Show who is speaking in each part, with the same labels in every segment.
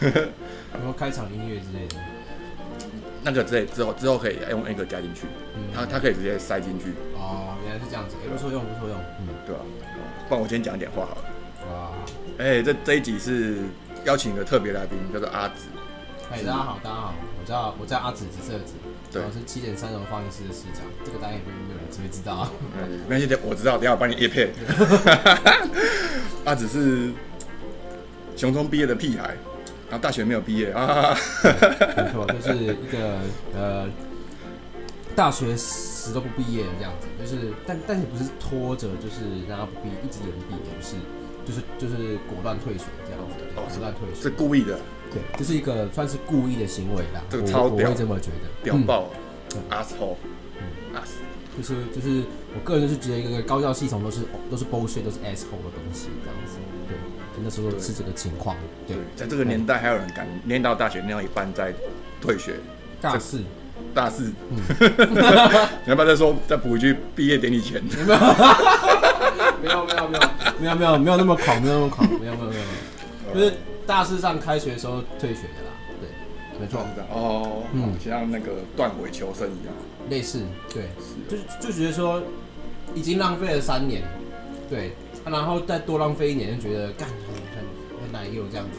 Speaker 1: 然后开场音乐之类的。
Speaker 2: 那个之类之后之后可以用 Anchor 加进去，
Speaker 1: 嗯，
Speaker 2: 它它可以直接塞进去，
Speaker 1: 哦，原来是这样子，哎，不错用，不错用，嗯，
Speaker 2: 对吧、不然我先讲一点话好了。
Speaker 1: 哇，
Speaker 2: 哎、这这一集是邀请一个特别来宾，叫做阿紫。
Speaker 1: 哎，大家好，大家好，我叫我叫阿紫，紫色子，
Speaker 2: 对
Speaker 1: 我是七点三楼放映室的室长，这个单元没有人只会知道啊，
Speaker 2: 嗯，没关系，等我知道，等一下我帮你叶 配。阿紫是雄中毕业的屁孩，然后大学没有毕业啊。
Speaker 1: 没错， 就是一个呃，大学死都不毕业的这样子，就是但但也不是拖着，就是让他不毕，一直延毕，也不是，就是就是果断退学这样子，
Speaker 2: 哦
Speaker 1: 果断退学
Speaker 2: 是，故意的，
Speaker 1: 对，这是一个算是故意的行为啦，
Speaker 2: 这个
Speaker 1: 我
Speaker 2: 超
Speaker 1: 我
Speaker 2: 屌
Speaker 1: 会这么觉得，
Speaker 2: 屌
Speaker 1: 嗯
Speaker 2: 爆
Speaker 1: 嗯
Speaker 2: 阿 s h
Speaker 1: 嗯
Speaker 2: 阿 s
Speaker 1: 就是就是我个人就是觉得一个高校系统都是都是 bullshit，都是 asshole 的东西这样子。对，就那时候是这个情况。对
Speaker 2: 对，，在这个年代还有人敢念到大学念到一半再退学，
Speaker 1: 大四
Speaker 2: 大四，
Speaker 1: 嗯
Speaker 2: 你要不要再说再补一句毕业典礼前？
Speaker 1: 没有没有没有没有没有没有那么狂，没有那么狂，没有没有没有， 就是大四上开学的时候退学的啦。对，没错，
Speaker 2: 这样 哦，
Speaker 1: 嗯
Speaker 2: 嗯，像那个断尾求生一样，
Speaker 1: 类似对，就是啊就觉得说已经浪费了三年，对，啊然后再多浪费一年，就觉得干很很很难又这样子，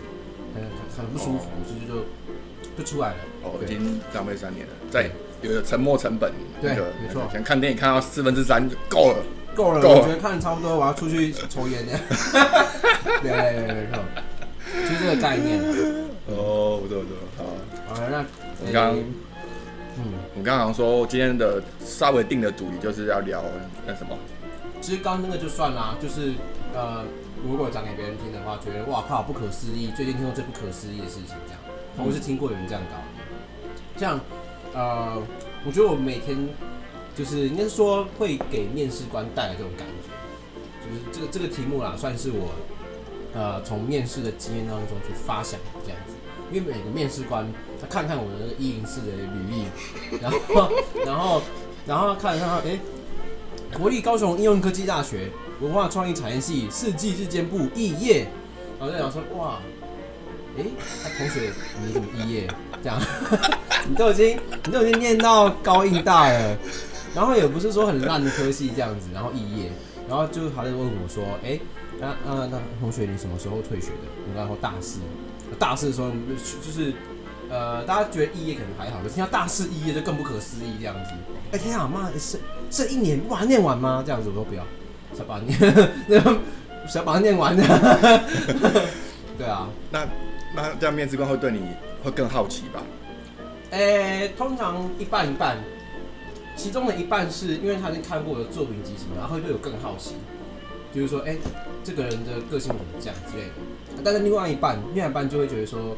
Speaker 1: 很很很不舒服，就是就就出来了。
Speaker 2: 哦，
Speaker 1: 对
Speaker 2: 已经浪费三年了，在有的沉没成本，
Speaker 1: 对
Speaker 2: 那个
Speaker 1: 没错
Speaker 2: 想看电影看到四分之三就够了，
Speaker 1: 够了，
Speaker 2: 够了
Speaker 1: 我觉得看差不多，我要出去抽烟了。 对对对，没错，就是这个概念。嗯
Speaker 2: 哦，不错不错，好，
Speaker 1: 好了，那
Speaker 2: 我刚
Speaker 1: 诶嗯，
Speaker 2: 我们刚刚好像说今天的稍微定的主题就是要聊那什么，
Speaker 1: 其实刚刚那个就算啦，就是呃，如果讲给别人听的话，觉得哇靠，不可思议，最近听到最不可思议的事情，这样，我是听过有人这样搞的，像呃，我觉得我每天就是应该是说会给面试官带来这种感觉，就是这个这个题目啦，算是我呃从面试的经验当中去发想的这样子。因为每个面试官他看看我的那个一零四的履历，然后然后然后看一看他，哎、国立高雄应用科技大学文化创意产业系四季日间部肄业，然后在想说哇，哎、他同学你怎么肄业？这样， 你都已经你都已经念到高应大了，然后也不是说很烂的科系这样子，然后肄业，然后就还在问我说，哎、那那那同学你什么时候退学的？我跟他说大四，大四的时候就是。呃，大家觉得肄业可能还好，可是听到大四肄业就更不可思议这样子。哎、天啊，妈，是这一年把它念完吗？这样子我都不要，想 把它念，那个想把它念完的。 对啊，
Speaker 2: 那那这样面试官会对你会更好奇吧？
Speaker 1: 诶、哎通常一半一半，其中的一半是因为他已经看过我的作品集什么，然后会对我更好奇，就是说，哎、这个人的个性怎么这样之类的。啊但是另外一半，另外一半就会觉得说，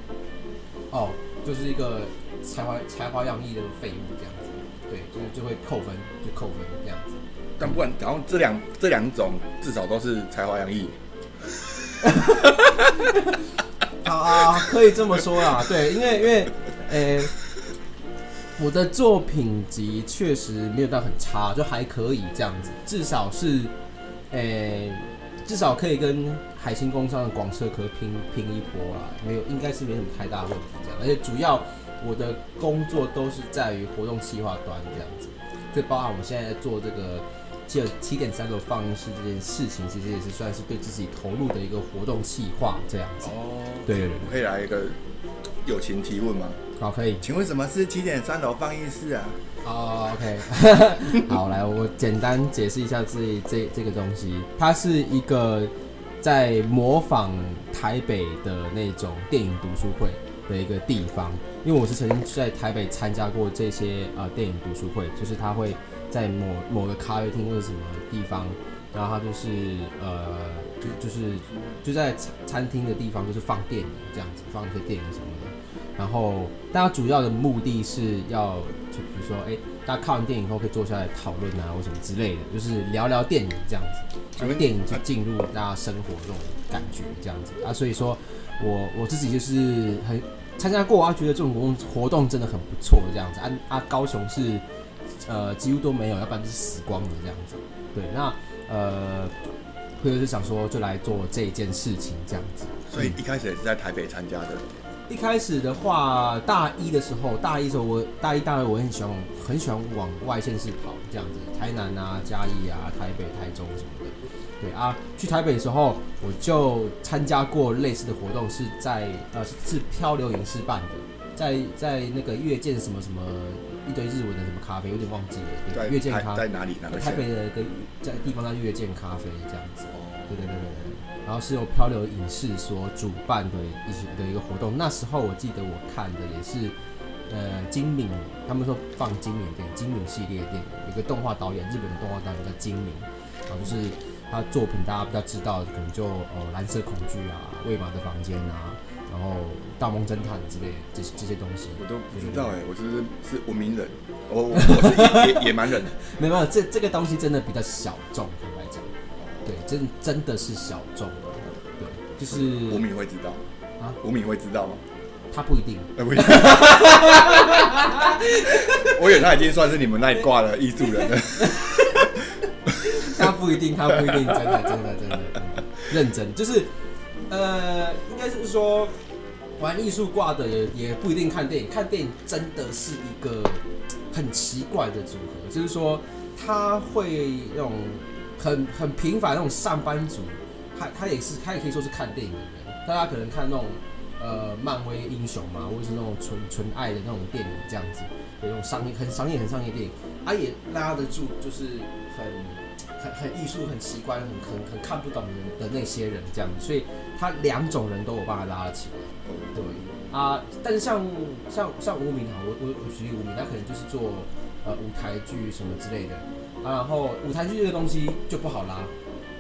Speaker 1: 哦，就是一个才华才华洋溢的废物这样子，对，就是就会扣分，就扣分这样子。
Speaker 2: 但不管，然后这两这两种至少都是才华洋溢，
Speaker 1: 好啊，可以这么说 啦，对，因为因为，诶、我的作品集确实没有到很差，就还可以这样子，至少是，呃诶、至少可以跟海星工商的广社科拼拼一波啦，没有，应该是没什么太大问题这样，而且主要我的工作都是在于活动企划端这样子，就包含我们现在在做这个。就七点三个放映室这件事情，其实也是算是对自己投入的一个活动企划这样子。
Speaker 2: 哦，
Speaker 1: 对对对，
Speaker 2: 我可以来一个友情提问吗？
Speaker 1: 好，哦可以。
Speaker 2: 请问什么是七点三楼放映室啊？
Speaker 1: 哦、o k 好，来，我简单解释一下这这这个东西，它是一个在模仿台北的那种电影读书会的一个地方，因为我是曾经在台北参加过这些呃电影读书会，就是他会在某某个咖啡厅或者什么地方，然后他就是呃就就是就在餐餐厅的地方就是放电影这样子，放一些电影什么的。然后大家主要的目的是要，就比如说，哎，大家看完电影后可以坐下来讨论啊，或什么之类的，就是聊聊电影这样子。
Speaker 2: 请问
Speaker 1: 电影就进入大家生活这种感觉这样子啊，所以说我我自己就是很参加过啊，觉得这种活动活动真的很不错这样子啊啊，高雄是呃几乎都没有，要不然就是死光了这样子。对，那呃，或者是想说就来做这一件事情这样子。嗯
Speaker 2: 所以一开始也是在台北参加的，
Speaker 1: 一开始的话，大一的时候，大一的时候我大一大二我很喜欢很喜欢往外县市跑，这样子，台南啊、嘉义啊、台北、台中什么的。对啊，去台北的时候，我就参加过类似的活动，是在呃是是漂流影视办的，在在那个月见什么什么一堆日文的什么咖啡，有点忘记了，
Speaker 2: 在
Speaker 1: 对，月见
Speaker 2: 台
Speaker 1: 咖啡
Speaker 2: 在。哪里？哪个
Speaker 1: 台
Speaker 2: 县？
Speaker 1: 北的一个在地方叫月见咖啡这样子。
Speaker 2: 哦
Speaker 1: 对对对对对。然后是由漂流影视所主办的一些的一个活动，那时候我记得我看的也是，呃，金敏，他们说放金敏电影，金敏系列电影，有个动画导演，日本的动画导演叫金敏，啊，就是他作品大家比较知道，的，可能就呃蓝色恐惧啊，喂马的房间啊，然后盗梦侦探之类的这些这些东西，
Speaker 2: 我都不知道
Speaker 1: 嗯
Speaker 2: 哎、我是是文明人，哦我我我是野野野蛮人。
Speaker 1: 没有，没有这这个东西真的比较小众，坦白讲，对，真真的是小众，对，就是
Speaker 2: 吴敏会知道
Speaker 1: 啊
Speaker 2: 吴敏会知道吗？
Speaker 1: 他不一定，
Speaker 2: 呃，不一定 我以为他已经算是你们那一挂的艺术人 了。
Speaker 1: 他不一定，他不一定，真的，真的，真的，真的认真，就是呃，应该是说玩艺术挂的也也不一定看电影，看电影真的是一个很奇怪的组合，就是说他会那种很很平凡那种上班族，他他也是他也可以说是看电影的人，大家可能看那种呃漫威英雄嘛，或者是那种纯纯爱的那种电影这样子，有那种商业很商业很商业电影，他、也拉得住，就是很很很艺术很奇观很很很看不懂的的那些人这样子，所以他两种人都有办法拉得起来。对啊，但是像像像吴敏啊，我我我举例吴敏，他可能就是做呃舞台剧什么之类的啊，然后舞台剧这个东西就不好拉，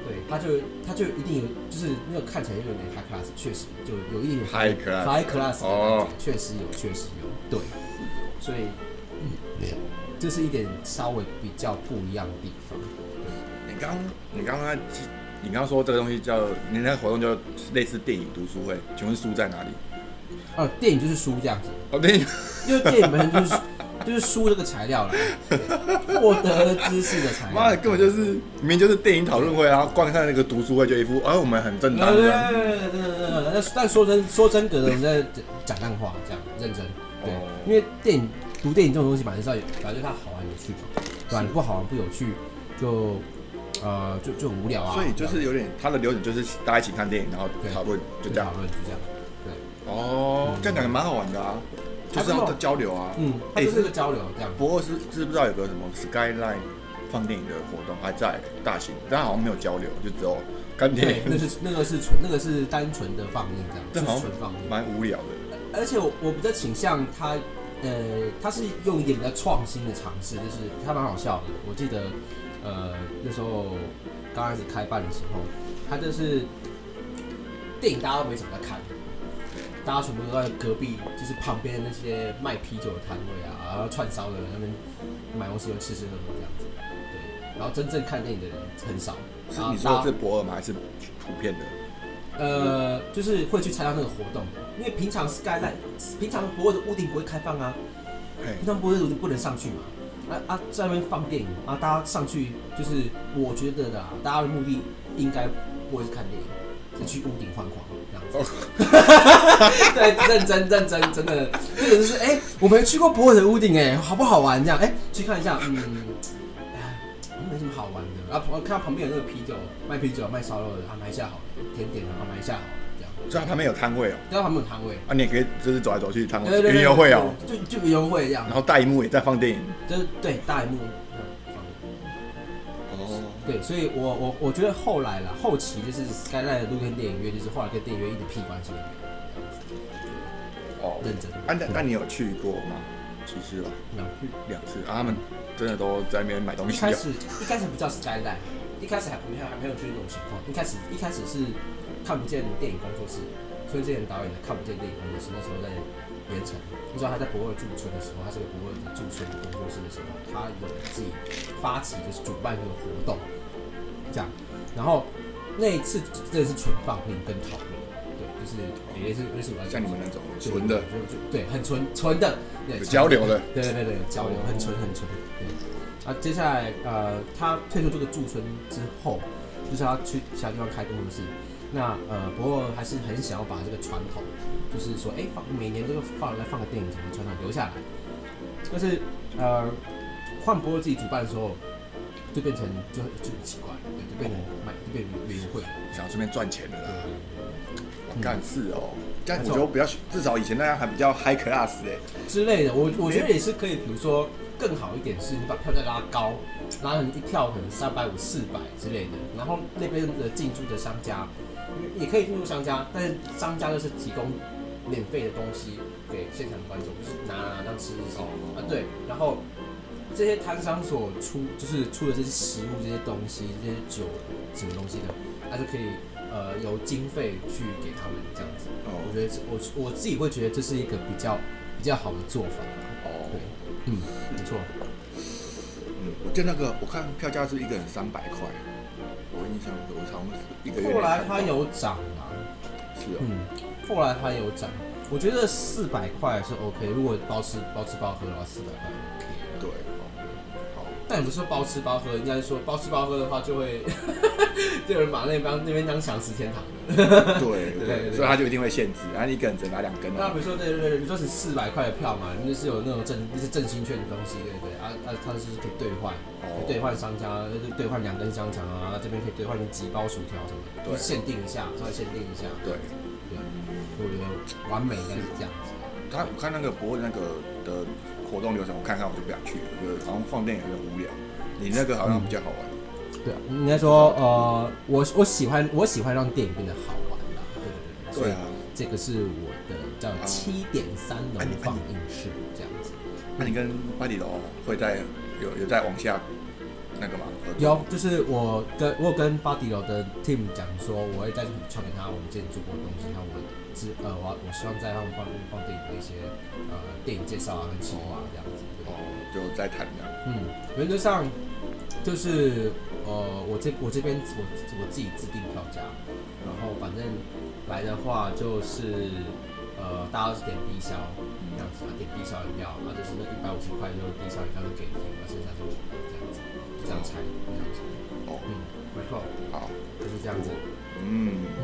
Speaker 1: 对，他就他就一定有就是那个看起来就有点 high class，确实就有一点
Speaker 2: High class
Speaker 1: high class 的感
Speaker 2: 哦
Speaker 1: 觉，确实有，确实有，对，所以嗯，这是一点稍微比较不一样的地方。
Speaker 2: 你刚你刚刚你刚刚说这个东西叫你那个活动叫类似电影读书会，请问书在哪里？
Speaker 1: 呃，电影就是书这样子，
Speaker 2: 哦，电影
Speaker 1: 因为电影本身就是就是书这个材料了，对获得知识的材料。
Speaker 2: 妈的根本就是明明就是电影讨论会，然后光看那个读书会就一副啊我们很正
Speaker 1: 呃
Speaker 2: 当
Speaker 1: 对
Speaker 2: 的。
Speaker 1: 对对对对对但但说真说真格的，我们在讲干话，这样认真。对
Speaker 2: 哦，
Speaker 1: 因为电影读电影这种东西，本来就是要有，本来就是它好玩有趣嘛，对吧？你不好玩不有趣，就呃就就很无聊啊。
Speaker 2: 所以就是有点他的流程就是大家一起看电影，然后
Speaker 1: 对
Speaker 2: 讨论就
Speaker 1: 就
Speaker 2: 这样
Speaker 1: 讨。论就这样。对，
Speaker 2: 哦，这样讲也蛮好玩的啊，就是
Speaker 1: 还不
Speaker 2: 要
Speaker 1: 错
Speaker 2: 交流啊。
Speaker 1: 嗯，它
Speaker 2: 哎
Speaker 1: 就是个交流这样。
Speaker 2: 不过是知不知道有个什么 Skyline 放电影的活动还在大型，但好像没有交流，就只有看电
Speaker 1: 对，那
Speaker 2: 影，
Speaker 1: 是那个是纯那个是单纯的放映这
Speaker 2: 这
Speaker 1: 样，
Speaker 2: 好
Speaker 1: 是
Speaker 2: 像
Speaker 1: 纯放映。
Speaker 2: 蛮无聊的。
Speaker 1: 而且我我比较倾向他，呃，他是用一点比较创新的尝试，就是他蛮好笑的。我记得，呃，那时候刚开始开办的时候，他就是呃电影大家都没什么在看，大家全部都在隔壁，就是旁边的那些卖啤酒的摊位啊，然后串烧的人那边买东西又吃吃喝喝这样子，对。然后真正看电影的人很少，啊
Speaker 2: 是
Speaker 1: 然后
Speaker 2: 你
Speaker 1: 大
Speaker 2: 说
Speaker 1: 家
Speaker 2: 这博尔吗？还是普遍的？
Speaker 1: 呃，就是会去参加那个活动的，因为平常 skyline 平常博尔的屋顶不会开放啊，
Speaker 2: 嘿
Speaker 1: 平常博尔的屋顶不能上去嘛。啊啊，在那边放电影啊，大家上去就是我觉得的、啊，大家的目的应该不会是看电影，是去屋顶放狂这样子。 对，认真认真，真的，这个就是哎、我没去过博尔的屋顶，哎，好不好玩？这样，哎、去看一下，嗯，哎，没什么好玩的。然后旁看到旁边有那个啤酒卖啤酒卖烧肉的，啊，买一下好了，甜点啊，买一下好了，这样。
Speaker 2: 虽然旁边有摊位哦，
Speaker 1: 然后旁边有摊位，
Speaker 2: 啊，你也可以就是走来走去摊
Speaker 1: 对
Speaker 2: 位，
Speaker 1: 对
Speaker 2: 云
Speaker 1: 对，
Speaker 2: 游会哦，
Speaker 1: 对，就就优惠这样
Speaker 2: 然，后大荧幕也在放电影。
Speaker 1: 就是对大荧幕。
Speaker 2: 哦，
Speaker 1: 对，所以我我我觉得后来啦，后期就是 Skyline 的露天电影院，就是后来跟电影院一点屁关系都没有，
Speaker 2: 哦，
Speaker 1: 认真。
Speaker 2: 啊，那那你有去过吗？几次吧，
Speaker 1: 两句
Speaker 2: 两次啊，他们真的都在那边买东
Speaker 1: 一
Speaker 2: 西
Speaker 1: 开
Speaker 2: 啊。
Speaker 1: 始一开始不叫 Skyline，一开始还不还没有出现这种情况。一开始一开始是看不见电影工作室，所以这前导演的看不见电影工作室，那时候在盐城，那时候他在博尔驻村的时候，他是个博尔的驻村工作室的时候，他有自己发起就是主办这个活动，这样，然后那一次真的是纯放映跟讨论，对，就是也是也是我在
Speaker 2: 像你们那种纯的，
Speaker 1: 对，很纯纯的，对，
Speaker 2: 有交流的，
Speaker 1: 对对对对，交流很纯很纯。对，啊，接下来呃，他退出这个驻村之后，就是他去其他地方开工作室，那呃，不过还是很想要把这个传统，就是说，哎、放每年这个放来放个电影什么传统留下来。但是呃，换波自己主办的时候，就变成就就很奇怪，对，就变成买就变成委员会了。
Speaker 2: 想顺便赚钱的啦。
Speaker 1: 嗯
Speaker 2: 干事哦，但
Speaker 1: 没
Speaker 2: 我
Speaker 1: 错
Speaker 2: 觉得我比较喜至少以前那样还比较 high class 哎、
Speaker 1: 之类的。我我觉得也是可以，比如说更好一点是，你把票价拉高，拉成一票可能三百五、四百之类的，然后那边的进驻的商家也可以进驻商家，但是商家就是提供免费的东西给现场的观众，就是拿拿当吃吃吃啊对，然后。这些摊商所出就是出的这些食物、这些东西、这些酒什么东西的，它是可以呃由经费去给他们这样子。我
Speaker 2: 哦
Speaker 1: 觉得这我我自己会觉得这是一个比较比较好的做法。对
Speaker 2: 哦，，
Speaker 1: 嗯，没错，
Speaker 2: 嗯，我记得那个我看票价是一个人三百块，我印象我常一个月
Speaker 1: 后来
Speaker 2: 没看到
Speaker 1: 它有涨啦，
Speaker 2: 是哦，
Speaker 1: 嗯，后来它有涨，我觉得四百块是 OK，如果包吃包吃包喝的话，四百块 OK 了。
Speaker 2: 对哦，好，
Speaker 1: 但也不是说包吃包喝，应该是说包吃包喝的话，就会 就有人把那帮那边当享食天堂。
Speaker 2: 对
Speaker 1: 对
Speaker 2: 对，
Speaker 1: 对
Speaker 2: 所以他就一定会限制，然后你一个人只能拿两根
Speaker 1: 那
Speaker 2: 哦。
Speaker 1: 比如说对对对，比如说是四百块的票嘛，你就是有那种振就是振兴券的东西，对不对？啊啊，它就是可以兑换，
Speaker 2: 哦
Speaker 1: 兑换商家，就是兑换两根香肠啊，这边可以兑换几包薯条什么的，
Speaker 2: 对
Speaker 1: 就是限定一下，稍微限定一下，
Speaker 2: 对，
Speaker 1: 我觉得完美应该是这样子。
Speaker 2: 他我看那个博文那个的活动流程，我看看我就不想去了，我觉得好像放电影有点无聊。你那个好像比较好玩，
Speaker 1: 对啊，应该说呃，我我喜欢我喜欢让电影变得好玩啦，对对对，所以
Speaker 2: 对啊。
Speaker 1: 这个是我的叫七点三
Speaker 2: 哎
Speaker 1: 楼
Speaker 2: 你
Speaker 1: 放映室这样子。
Speaker 2: 那你跟巴里楼会在有有在往下那个吗？合作
Speaker 1: 有，就是我跟我有跟巴迪罗的 team 讲说，我会再去传给他我们之前做过的东西，还有我之呃，我我希望在他们放放电影的一些呃电影介绍啊跟企划啊这样子。对
Speaker 2: 哦，就在谈这样。
Speaker 1: 嗯，原则上就是呃，我这我这边我我自己制定票价，然后反正来的话就是呃，大家都是点低消
Speaker 2: 嗯
Speaker 1: 这样子啊，点低消饮料啊，就是那一百五十块就低消饮料都给你，那剩下是我们这样子，就这样拆这样子。
Speaker 2: 哦，
Speaker 1: 嗯，没错，
Speaker 2: 好，
Speaker 1: 就是这样子。
Speaker 2: 嗯
Speaker 1: 嗯，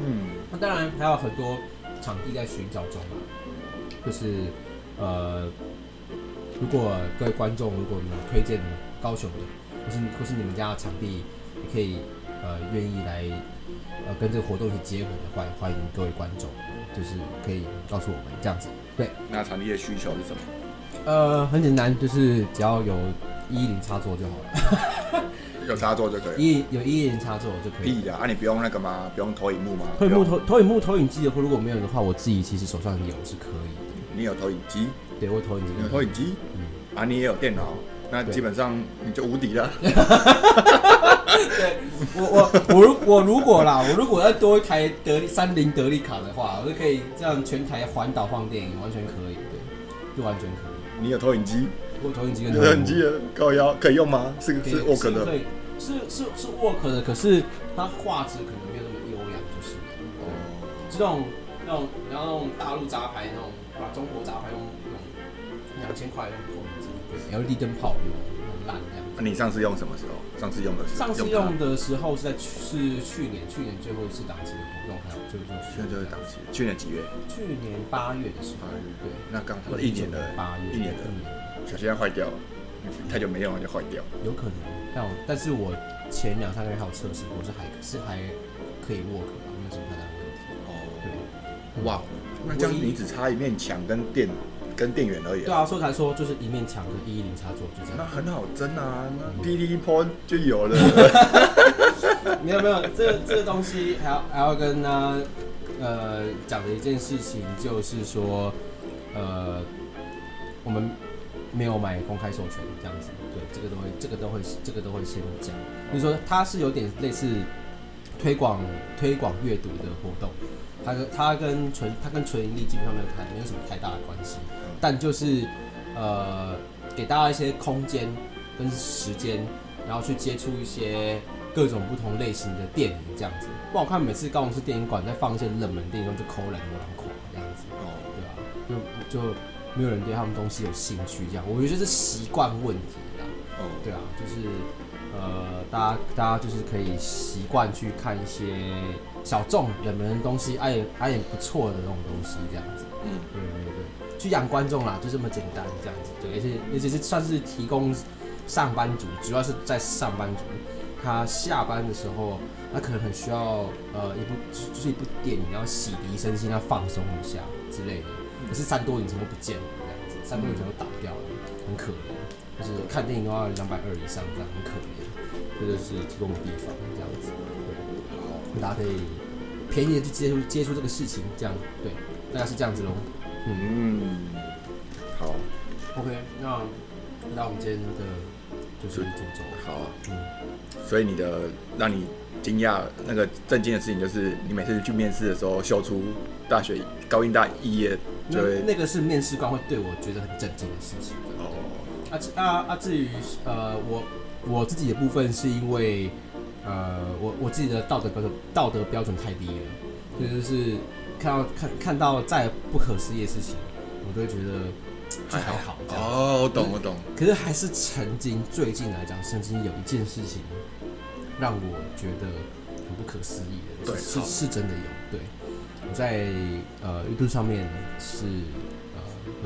Speaker 2: 嗯，
Speaker 1: 那当然还有很多场地在寻找中啊，就是呃，如果各位观众如果你们推荐高雄的，或是或是你们家的场地，也可以呃愿意来呃跟这个活动一起结合的话，欢迎各位观众，就是可以告诉我们这样子。对，
Speaker 2: 那场地的需求是什么？
Speaker 1: 呃，很简单，就是只要有一零插座就好了，
Speaker 2: 有插座就可以了。
Speaker 1: 一有一零插座就可以了。
Speaker 2: 屁的啊！你不用那个吗？不用投影幕吗？
Speaker 1: 投嗯影幕
Speaker 2: 不用
Speaker 1: 投投影幕投影机的话，如果没有的话，我自己其实手上有是可以
Speaker 2: 你有投影机，
Speaker 1: 的。对，我投影机
Speaker 2: 你有投影机
Speaker 1: 嗯，
Speaker 2: 啊，你也有电脑，那基本上你就无敌了。
Speaker 1: 我我我如我如果啦，我如果要多一台德利三菱德利卡的话，我就可以这样全台环岛放电影，完全可以，对，就完全可以。
Speaker 2: 你有投影机，
Speaker 1: 我投影机
Speaker 2: 有
Speaker 1: 跟
Speaker 2: 投影机的高腰可以用吗？是
Speaker 1: 可以
Speaker 2: 是 work 的
Speaker 1: 可以，是是是 work 的，可是它画质可能没有那么优雅，就是了
Speaker 2: 哦，
Speaker 1: 这种那种然后那种大陆杂牌那种，把中国杂牌那种那种两千块的那种投影机，LED 灯泡那种很烂这样。
Speaker 2: 那啊你上次用什么时候？上次用的是
Speaker 1: 上次
Speaker 2: 它
Speaker 1: 用的时候是在去是去年，去年最后一次档期的活动，还有最后
Speaker 2: 现在就是档期，去年几月？
Speaker 1: 去年八月的时候
Speaker 2: 八月，
Speaker 1: 对，
Speaker 2: 那刚好一年的，
Speaker 1: 八月，
Speaker 2: 一年的，小心它坏掉了，太久没用了就坏掉。
Speaker 1: 有可能。但我但是我前两三个月还有测试过，是还是还可以 work，的没有什么太大的问题。
Speaker 2: 哦，
Speaker 1: 对，
Speaker 2: 哇，那这样你只差一面墙跟电跟电源而已、
Speaker 1: 对啊，所以才说就是一面墙跟一一零插座就这
Speaker 2: 那
Speaker 1: 样。
Speaker 2: 很好争啊，那滴滴 p 就有 了。
Speaker 1: 没有没有，这个这个东西还要还要跟他呃讲的一件事情就是说，呃，我们没有买公开授权这样子，对，这个都会这个都会这个都会先讲，就是说它是有点类似推广推广阅读的活动，它跟它跟纯它跟纯盈利基本上没有太没有什么太大的关系，但就是呃给大家一些空间跟时间，然后去接触一些各种不同类型的电影这样子。不然我看每次高雄市电影馆在放一些冷门电影，然后就抠人我狼狂这样子，
Speaker 2: 哦，
Speaker 1: 对啊，就就没有人对他们东西有兴趣这样。我觉得这是习惯问题啦，
Speaker 2: 哦，
Speaker 1: 对啊，就是呃，大家大家就是可以习惯去看一些小众冷门的东西，哎也哎也不错的那种东西，这样子。
Speaker 2: 嗯，
Speaker 1: 对对对，去养观众啦，就这么简单，这样子。对，而且而且是算是提供上班族，主要是在上班族，他下班的时候，他可能很需要呃一部就是一部电影，要洗涤身心，要放松一下之类的。可是三多影城都不见了，这样子，三多影城都倒掉了，很可怜。就是看电影的话，两百二以上这样很可怜。这就是提供的地方，这样子。
Speaker 2: 好，
Speaker 1: 大家可以便宜的去接触接触这个事情，这样对，大概是这样子喽。
Speaker 2: 嗯，好，
Speaker 1: OK，那回到我们今天的就是主轴，
Speaker 2: 好啊。
Speaker 1: 嗯，
Speaker 2: 所以你的让你惊讶、那个震惊的事情，就是你每次去面试的时候，秀出大学高音大毕业就
Speaker 1: 那
Speaker 2: 会
Speaker 1: 那个是面试官会对我觉得很震惊的事情。
Speaker 2: 哦，
Speaker 1: 啊至啊啊，至于呃，我我自己的部分是因为呃，我我自己的道德标准道德标准太低了，所以就是看到看看到再不可思议的事情，我都会觉得就还好这样。
Speaker 2: 哦，我懂，我懂，
Speaker 1: 可是还是曾经最近来讲，曾经有一件事情让我觉得很不可思议的，
Speaker 2: 对
Speaker 1: 是
Speaker 2: 好
Speaker 1: 是真的有。对，我在呃 YouTube 上面是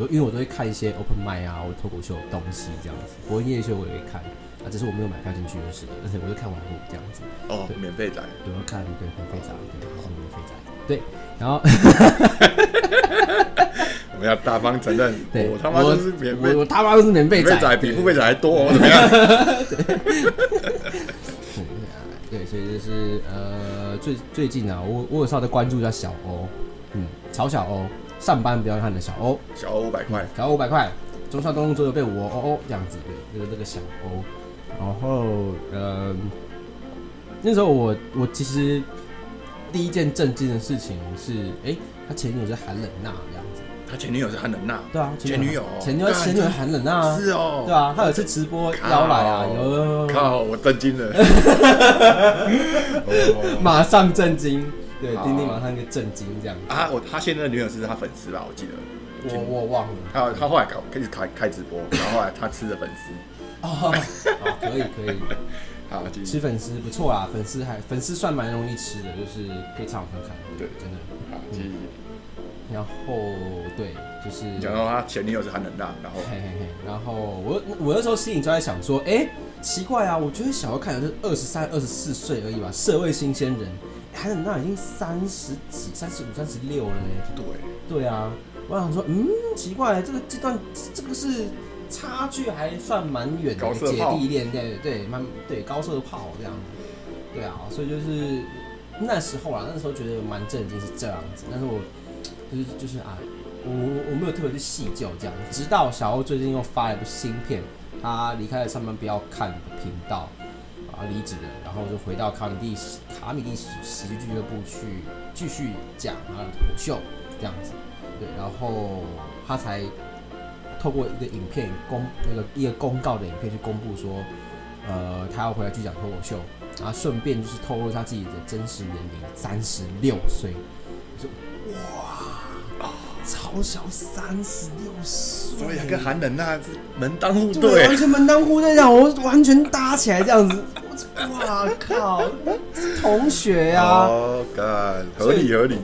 Speaker 1: 呃，因为我都会看一些 Open m i 啊，或脱口秀的东西这样子，国营夜秀我也会看啊，只是我没有买票进去就是了，但是我就看完后这样子。
Speaker 2: 哦，免费仔，
Speaker 1: 有要看对免费仔，对，是免费仔，对，然后
Speaker 2: 我们要大方承认，
Speaker 1: 对
Speaker 2: 我他妈就是免费
Speaker 1: 我我他妈都是免费
Speaker 2: 免费
Speaker 1: 仔，
Speaker 2: 仔
Speaker 1: 对
Speaker 2: 比付费仔还多、哦，怎么样？
Speaker 1: 对，所以就是呃，最最近啊，我我有稍微在关注一下小欧，嗯，曹小欧，上班不要看的小欧，
Speaker 2: 小五百块，
Speaker 1: 小欧五百块，中山东路左右被我哦哦这样子，对，那个那个小欧，然后呃，那时候我我其实第一件震惊的事情是，哎、他前女友是韩冷娜这样子，
Speaker 2: 他前女友是汉能娜，
Speaker 1: 对啊，
Speaker 2: 前女友哦
Speaker 1: 前女友
Speaker 2: 干
Speaker 1: 前女友是韩冷娜、啊，
Speaker 2: 是哦，
Speaker 1: 对啊，他有一次直播邀来
Speaker 2: 靠
Speaker 1: 啊，有有有有
Speaker 2: 靠，我震惊 了，哦
Speaker 1: 马上震惊，对，
Speaker 2: 好
Speaker 1: 丁丁马上一个震惊这样子。
Speaker 2: 啊，我他现在的女友是他粉丝吧，我记得。
Speaker 1: 我我忘了
Speaker 2: 他他后来搞开始开开直播，然后后来他吃了粉丝，
Speaker 1: 哦，好可以可以，
Speaker 2: 好，继续
Speaker 1: 吃粉丝不错啊啦，粉丝还粉丝算蛮容易吃的，就是可以尝尝看，
Speaker 2: 对
Speaker 1: 真的。
Speaker 2: 好，继续。
Speaker 1: 然后对，就是
Speaker 2: 你讲到啊他前女友是韩冷娜，然后
Speaker 1: 嘿嘿嘿，然后我我那时候心里就在想说，哎、奇怪啊，我觉得小欧看起来就二十三、二十四岁而已吧，社会新鲜人，哎还很大，已经三十几、三十五、三十六了呢。
Speaker 2: 对，
Speaker 1: 对啊，我想说，嗯，奇怪，这个这段这个是差距还算蛮远的
Speaker 2: 高，射
Speaker 1: 姐
Speaker 2: 炮
Speaker 1: 弟恋对对，蛮对高射炮这样子，对啊，所以就是那时候啊，那时候觉得蛮震惊是这样子，但是我就是就是啊，我我我没有特别去细究这样，直到小欧最近又发了一部新片，他离开了上班不要看的频道。啊，离职了，然后就回到卡米蒂卡米蒂喜剧俱乐部去继续讲他的脱口秀这样子。对，然后他才透过一个影片公那个一个公告的影片去公布说，呃，他要回来去讲脱口秀，然后顺便就是透露他自己的真实年龄三十六岁，我说哇，超小三十六岁，
Speaker 2: 所以他跟韩冷娜是门当户
Speaker 1: 对，
Speaker 2: 对
Speaker 1: 完，全门当户对这样，我完全搭起来这样子，哇靠，同学呀、
Speaker 2: 哦，干，合理合理，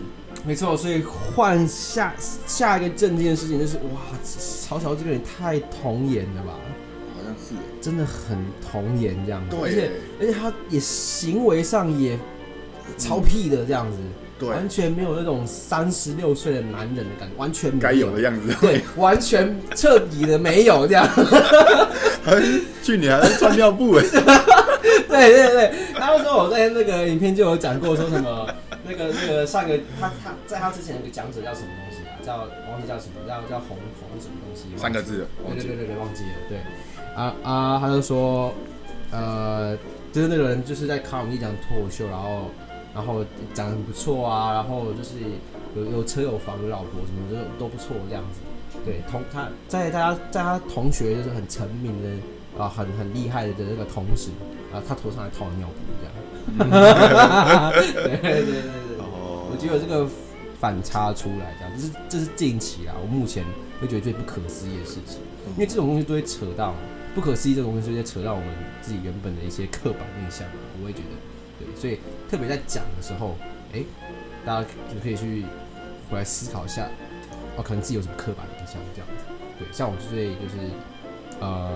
Speaker 1: 没错，所以换下下一个震惊的事情就是，哇，曹小这个人太童颜了吧，
Speaker 2: 好像是耶，
Speaker 1: 真的很童颜这样子，
Speaker 2: 对
Speaker 1: 而且而且他也行为上也超屁的这样子，
Speaker 2: 对，
Speaker 1: 完全没有那种三十六岁的男人的感觉，完全没
Speaker 2: 该有的样子。
Speaker 1: 对，完全彻底的没有这样，
Speaker 2: 还 去年还在穿尿布哎，
Speaker 1: 对对对，然后说我在那个影片就有讲过，说什么 那个那个上个他他在他之前有个讲者叫什么东西啊？叫我忘记叫什么，叫叫红红什么东西？
Speaker 2: 三个字，
Speaker 1: 忘
Speaker 2: 忘
Speaker 1: 记了，
Speaker 2: 记了。
Speaker 1: 对对对对，忘记了。对啊啊，他就说呃，就是那个人就是在卡姆利讲脱口秀，然后然后长得很不错啊，然后就是有有车有房有老婆什么的都不错这样子。对，同他在大家在他同学就是很成名的啊，很很厉害的那个同时啊，他头上还套了尿布这 样。对对对对，我
Speaker 2: 哦，
Speaker 1: 觉得有这个反差出来，这样，这是
Speaker 2: 哦
Speaker 1: 这是近期啊，我目前会觉得最不可思议的事情，因为这种东西都会扯到不可思议这个东西就在扯到我们自己原本的一些刻板印象，我会觉得，对，所以特别在讲的时候，哎、大家就可以去回来思考一下，哦，可能自己有什么刻板印象这样子，对，像我最就是呃，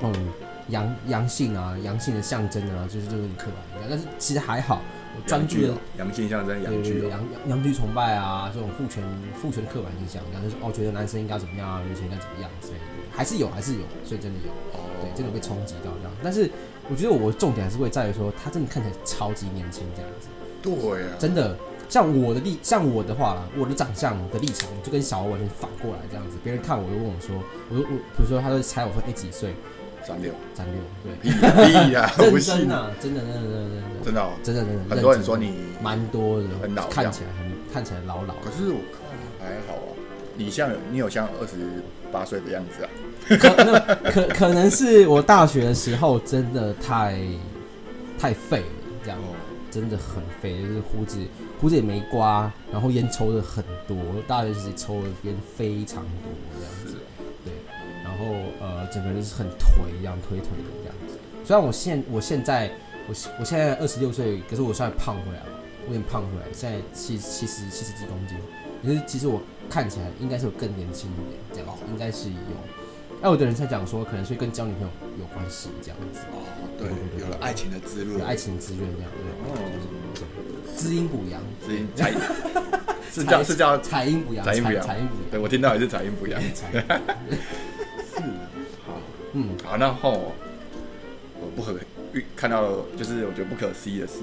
Speaker 1: 那种阳阳性啊，阳性的象征啊，就是这个刻板印象，但是其实还好，我专注的
Speaker 2: 阳性象征，
Speaker 1: 对
Speaker 2: 阳
Speaker 1: 对
Speaker 2: 具
Speaker 1: 对，
Speaker 2: 哦，
Speaker 1: 阳阳阳具崇拜啊，这种父权父权刻板印象，然后就是哦，觉得男生应该怎么样啊，女生应该怎么样之类的，还是有，还是有，所以真的有，
Speaker 2: 哦
Speaker 1: 对，真的被冲击到这样。但是我觉得我重点还是会在于说，他真的看起来超级年轻这样子，
Speaker 2: 对啊，
Speaker 1: 真的。像我的立，像我的话啦，我的长相的立场就跟小欧完全反过来这样子。别人看我就问我说，我就我比如说他就猜我说哎、几岁，
Speaker 2: 三六
Speaker 1: 三六，
Speaker 2: 屁
Speaker 1: 对，
Speaker 2: 屁 呀，我不
Speaker 1: 认
Speaker 2: 信
Speaker 1: 真，啊，真的真的真的
Speaker 2: 真的哦，
Speaker 1: 真的真的真的，
Speaker 2: 很多
Speaker 1: 认真
Speaker 2: 人说你，
Speaker 1: 蛮多的，
Speaker 2: 很老
Speaker 1: 看
Speaker 2: 样
Speaker 1: 起来很看起来老老的
Speaker 2: 可是我看还好啊，你像有你有像二十八岁的样子啊，
Speaker 1: 可那可可能是我大学的时候真的太太废了，这样
Speaker 2: 哦
Speaker 1: 真的很废，就是胡子胡子也没刮，然后烟抽的很多，大学时期抽的烟非常多这样子，对，然后呃整个人就是很颓，这样颓颓的这样子。虽然我现我现在我我现在二十六岁，可是我算胖回来了，我有点胖回来，现在七七十七十几公斤，可是其实我看起来应该是有更年轻一点这样
Speaker 2: 哦
Speaker 1: 子，应该是有。那有的人在讲说，可能是跟交女朋友有关系这样子，
Speaker 2: 哦，
Speaker 1: 对对对
Speaker 2: 有了爱情的滋
Speaker 1: 有
Speaker 2: 润，
Speaker 1: 爱情资源这样，对，
Speaker 2: 哦，
Speaker 1: 滋阴补阳，
Speaker 2: 所以才是叫是叫，
Speaker 1: 采阴补阳，
Speaker 2: 采阴补阳
Speaker 1: 采阴补阳
Speaker 2: 对我听到也是杂音不一样，
Speaker 1: 采阴 补阳，
Speaker 2: 是好。
Speaker 1: 嗯，
Speaker 2: 好，那换我，我不可预看到了，就是我觉得不可思议的事。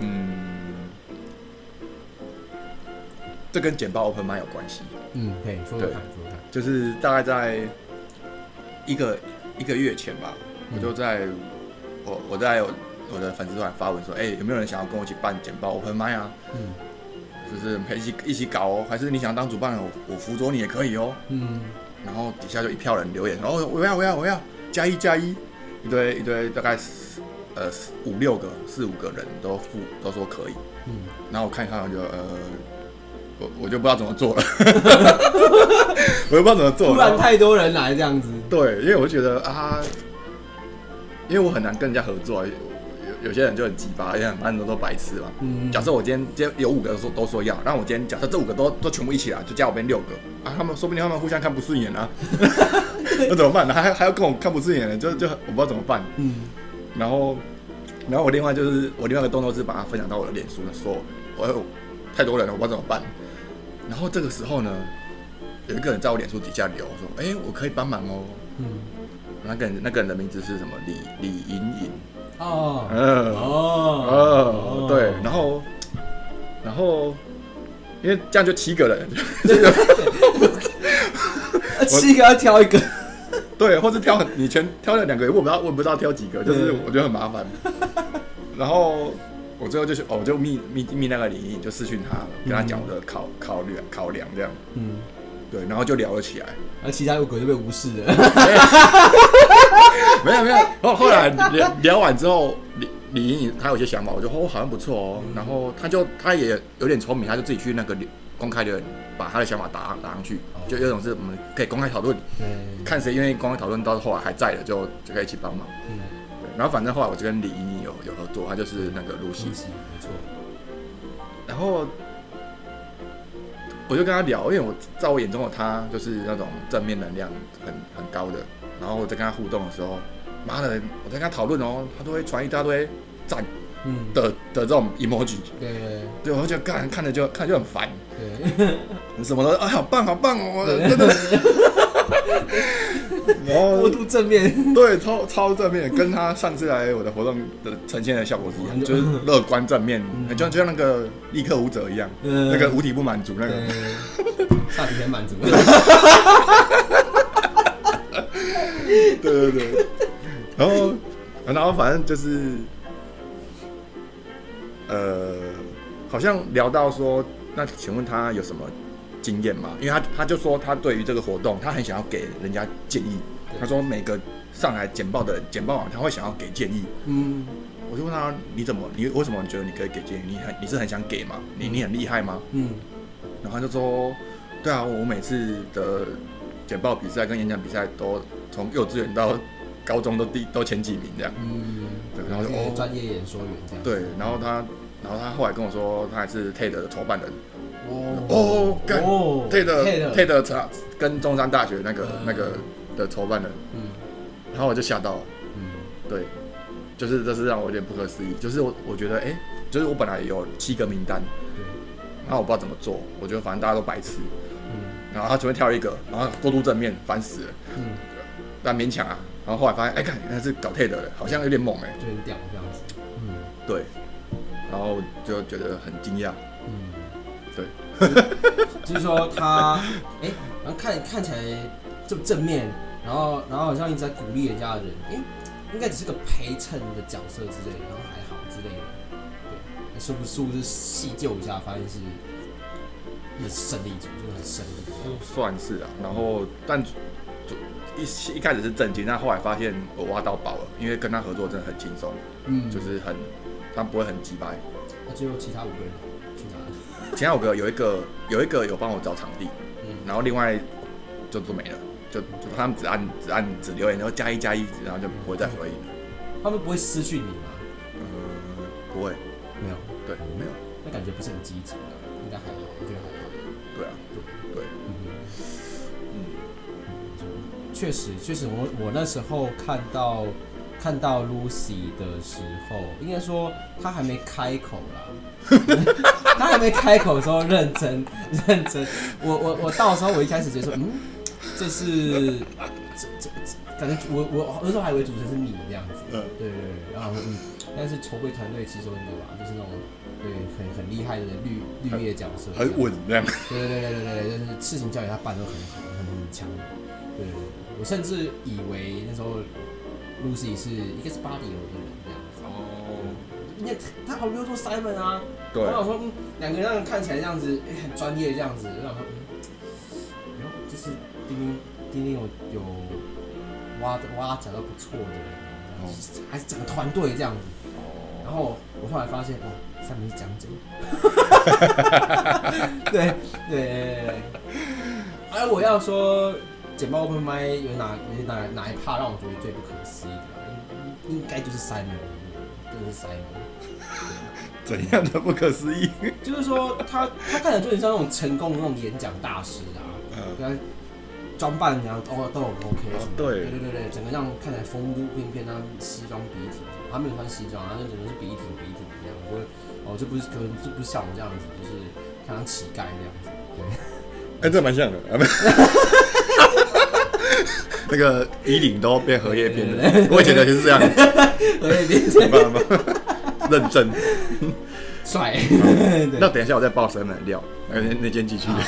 Speaker 2: 嗯，这跟简报 Open m i 有关系，
Speaker 1: 嗯，可以说说看，说说看，
Speaker 2: 就是大概在一个一个月前吧，我就在我我在我的粉丝团发文说，哎、有没有人想要跟我一起办简报 Open m i 啊？
Speaker 1: 嗯
Speaker 2: 就是我们可以一起一起搞哦，还是你想当主办人，我我辅佐你也可以哦。
Speaker 1: 嗯
Speaker 2: 然后底下就一票人留言，然、后我要我要我要加一加一，一堆一堆大概四呃四五六个四五个人都付都说可以，
Speaker 1: 嗯，
Speaker 2: 然后我看一看我就呃我我就不知道怎么做了， 我就不知道怎么做
Speaker 1: 突
Speaker 2: 了，
Speaker 1: 然太多人来这样子，
Speaker 2: 对，因为我觉得啊，因为我很难跟人家合作，有啊有有些人就很鸡巴，因为很多都白痴嘛。
Speaker 1: 嗯
Speaker 2: 假设我今天今天有五个都说都说要，那我今天假设这五个都都全部一起来，就加我变六个啊，他们说不定他们互相看不顺眼啊， 那怎么办呢？还还要跟我看不顺眼呢，就就我不知道怎么办。
Speaker 1: 嗯
Speaker 2: 然后，然后我另外就是我另外一个动作是把它分享到我的脸书，说我有太多人了，我不知道怎么办。然后这个时候呢，有一个人在我脸书底下留说：“哎、我可以帮忙哦。
Speaker 1: 嗯，”
Speaker 2: 那个人那个人的名字是什么？李李莹莹。
Speaker 1: 哦
Speaker 2: 嗯、
Speaker 1: 哦
Speaker 2: 哦，对，然后，然后，因为这样就七个人，
Speaker 1: 后七个要挑一个，
Speaker 2: 对，或是挑很你全挑了两个，我不知道我不知道挑几个，就是
Speaker 1: 嗯
Speaker 2: 我觉得很麻烦。然后我最后就是哦，我就密密密那个李颖，就私讯他，跟他讲我的考考虑考量这样，
Speaker 1: 嗯，
Speaker 2: 对，然后就聊了起来。
Speaker 1: 而其他五个就被无视了，
Speaker 2: 没有没有，后后来聊聊完之后，李李莹她有些想法，我就哦好像不错哦，然后她就她也有点聪明，她就自己去那个公开的把她的想法打打上去，就有种是我们可以公开讨论，
Speaker 1: 对，
Speaker 2: 看谁愿意公开讨论，到后来还在的就就可以一起帮忙。
Speaker 1: 嗯，
Speaker 2: 对，然后反正后来我就跟李莹莹有有合作，她就是那个露西
Speaker 1: 信，息不错，
Speaker 2: 然后我就跟她聊，因为我在我眼中的她就是那种正面能量很很高的，然后我在跟她互动的时候，妈的，我在跟她讨论哦，她都会传一大堆赞
Speaker 1: 嗯，
Speaker 2: 的的这种 emoji，
Speaker 1: 对
Speaker 2: 对，我就看看着就看着就很烦，
Speaker 1: 对，
Speaker 2: 你什么 都啊好棒好棒哦，真的，然后
Speaker 1: 过度正 面，
Speaker 2: 对，超超正面，跟他上次来我的活动的呈现的效果是一样，就是乐观正面，就就像那个立刻舞者一样，
Speaker 1: 嗯
Speaker 2: 那个五体不满足那个。
Speaker 1: 对，上几天满足，
Speaker 2: 对对对。然后，然后反正就是，呃，好像聊到说，那请问他有什么经验吗？因为他他就说他对于这个活动，他很想要给人家建议。他说每个上来简报的简报网，他会想要给建议。
Speaker 1: 嗯
Speaker 2: 我就问他你怎么你为什么你觉得你可以给建议？你很你是很想给吗？你你很厉害吗？
Speaker 1: 嗯。
Speaker 2: 然后他就说，对啊，我每次的简报比赛跟演讲比赛都从幼稚园到高中都第都前几名这样。
Speaker 1: 嗯，
Speaker 2: 对，然后
Speaker 1: 这
Speaker 2: 就
Speaker 1: 些
Speaker 2: 哦，
Speaker 1: 专业演说员这样，
Speaker 2: 对，然后他，然后他后来跟我说，他还是 TED 的筹办人。
Speaker 1: 哦
Speaker 2: 哦，干
Speaker 1: 哦
Speaker 2: TED
Speaker 1: TED，
Speaker 2: TED 查跟中山大学那个
Speaker 1: 嗯
Speaker 2: 那个的筹办人，
Speaker 1: 嗯
Speaker 2: 然后我就吓到了。
Speaker 1: 嗯，
Speaker 2: 对，就是这是让我有点不可思议，就是我我觉得哎、诶就是我本来有七个名单，
Speaker 1: 对，
Speaker 2: 然后我不知道怎么做，我觉得反正大家都白痴，
Speaker 1: 嗯
Speaker 2: 然后他随便挑一个，然后过度正面，烦死了，
Speaker 1: 嗯，
Speaker 2: 但勉强啊，然后后来发现哎，看、原来是搞 TED 的，好像有点猛哎、
Speaker 1: 就很屌这样子，嗯
Speaker 2: 对，然后就觉得很惊讶，
Speaker 1: 嗯，
Speaker 2: 对，
Speaker 1: 就是说他，哎、然后看看起来这么正面，然后然后好像一直在鼓励人家的人，哎、应该只是个陪衬的角色之类的，然后还好之类的，对，是不是不是细究一下，发现是很胜利组，真的很胜利，
Speaker 2: 算是啊，然后但就一一开始是震惊，但后来发现我挖到宝了，因为跟他合作真的很轻松，
Speaker 1: 嗯，
Speaker 2: 就是很他不会很鸡掰。
Speaker 1: 那最后其他五个人去哪里？
Speaker 2: 前两个有一个有一个有帮我找场地，
Speaker 1: 嗯
Speaker 2: 然后另外就都没了，就就他们只按只按只留言，然后加一加一，然后就不会再回应了。
Speaker 1: 他们不会失去你吗？
Speaker 2: 呃，不会，
Speaker 1: 没有，
Speaker 2: 对，没有，
Speaker 1: 那感觉不是很积极的，应该还好，我觉得还好。
Speaker 2: 对啊，对，
Speaker 1: 嗯，
Speaker 2: 嗯，
Speaker 1: 确实，确实我，我那时候看到看到 Lucy 的时候，应该说她还没开口啦， 她还没开口的时候，认真认真，我我我到时候我一开始就说，嗯，这是这这这，感觉我我那时候还以为主持人是你这样子，
Speaker 2: 嗯
Speaker 1: 对对对，然后嗯，但是筹备团队其中一个吧，就是那种对很很厉害的绿绿叶角色，
Speaker 2: 很稳这样。
Speaker 1: 对对对对对对，就是事情交给他办都很好，很很强。对对对，我甚至以为那时候 Lucy 是一个是巴黎有的人这样子，
Speaker 2: 哦，
Speaker 1: 人家他好比如说 Simon 啊，
Speaker 2: 对
Speaker 1: 我，想说嗯两个人这样看起来这样子、哎很专业这样子，我想说，嗯，哎呦，就是丁丁丁丁有有挖挖角到不错的人，然后就是还是整个团队这样子。然
Speaker 2: 哦，
Speaker 1: 后我后来发现，哦，上面是讲者。对对对对对。而我要说，简报 Open m i 有哪有哪哪一趴让我觉得最不可思议的吧？应应应该就是 Simon，真的是 Simon。
Speaker 2: 怎样的不可思议？
Speaker 1: 就是说他他看起来就很像那种成功的那种演讲大师啊，
Speaker 2: 嗯，
Speaker 1: 他装扮然后哦都很 OK
Speaker 2: 哦
Speaker 1: 什么的
Speaker 2: 对
Speaker 1: 对对对，整个让看起来风度翩翩啊，西装笔挺，他没有穿西装啊，那整个是笔挺笔挺这样。我哦，这不是可能这不是像我们这样子，就是看像乞丐这样子。对，
Speaker 2: 哎，这蛮像 的，啊，没有那个衣领都变荷叶 边
Speaker 1: 对对
Speaker 2: 的，我以前的就是这样，
Speaker 1: 所以变
Speaker 2: 没
Speaker 1: 成
Speaker 2: 办法， 认真。
Speaker 1: 帅。对 嗯啊
Speaker 2: 那等一下我再爆三门料，那那间继续。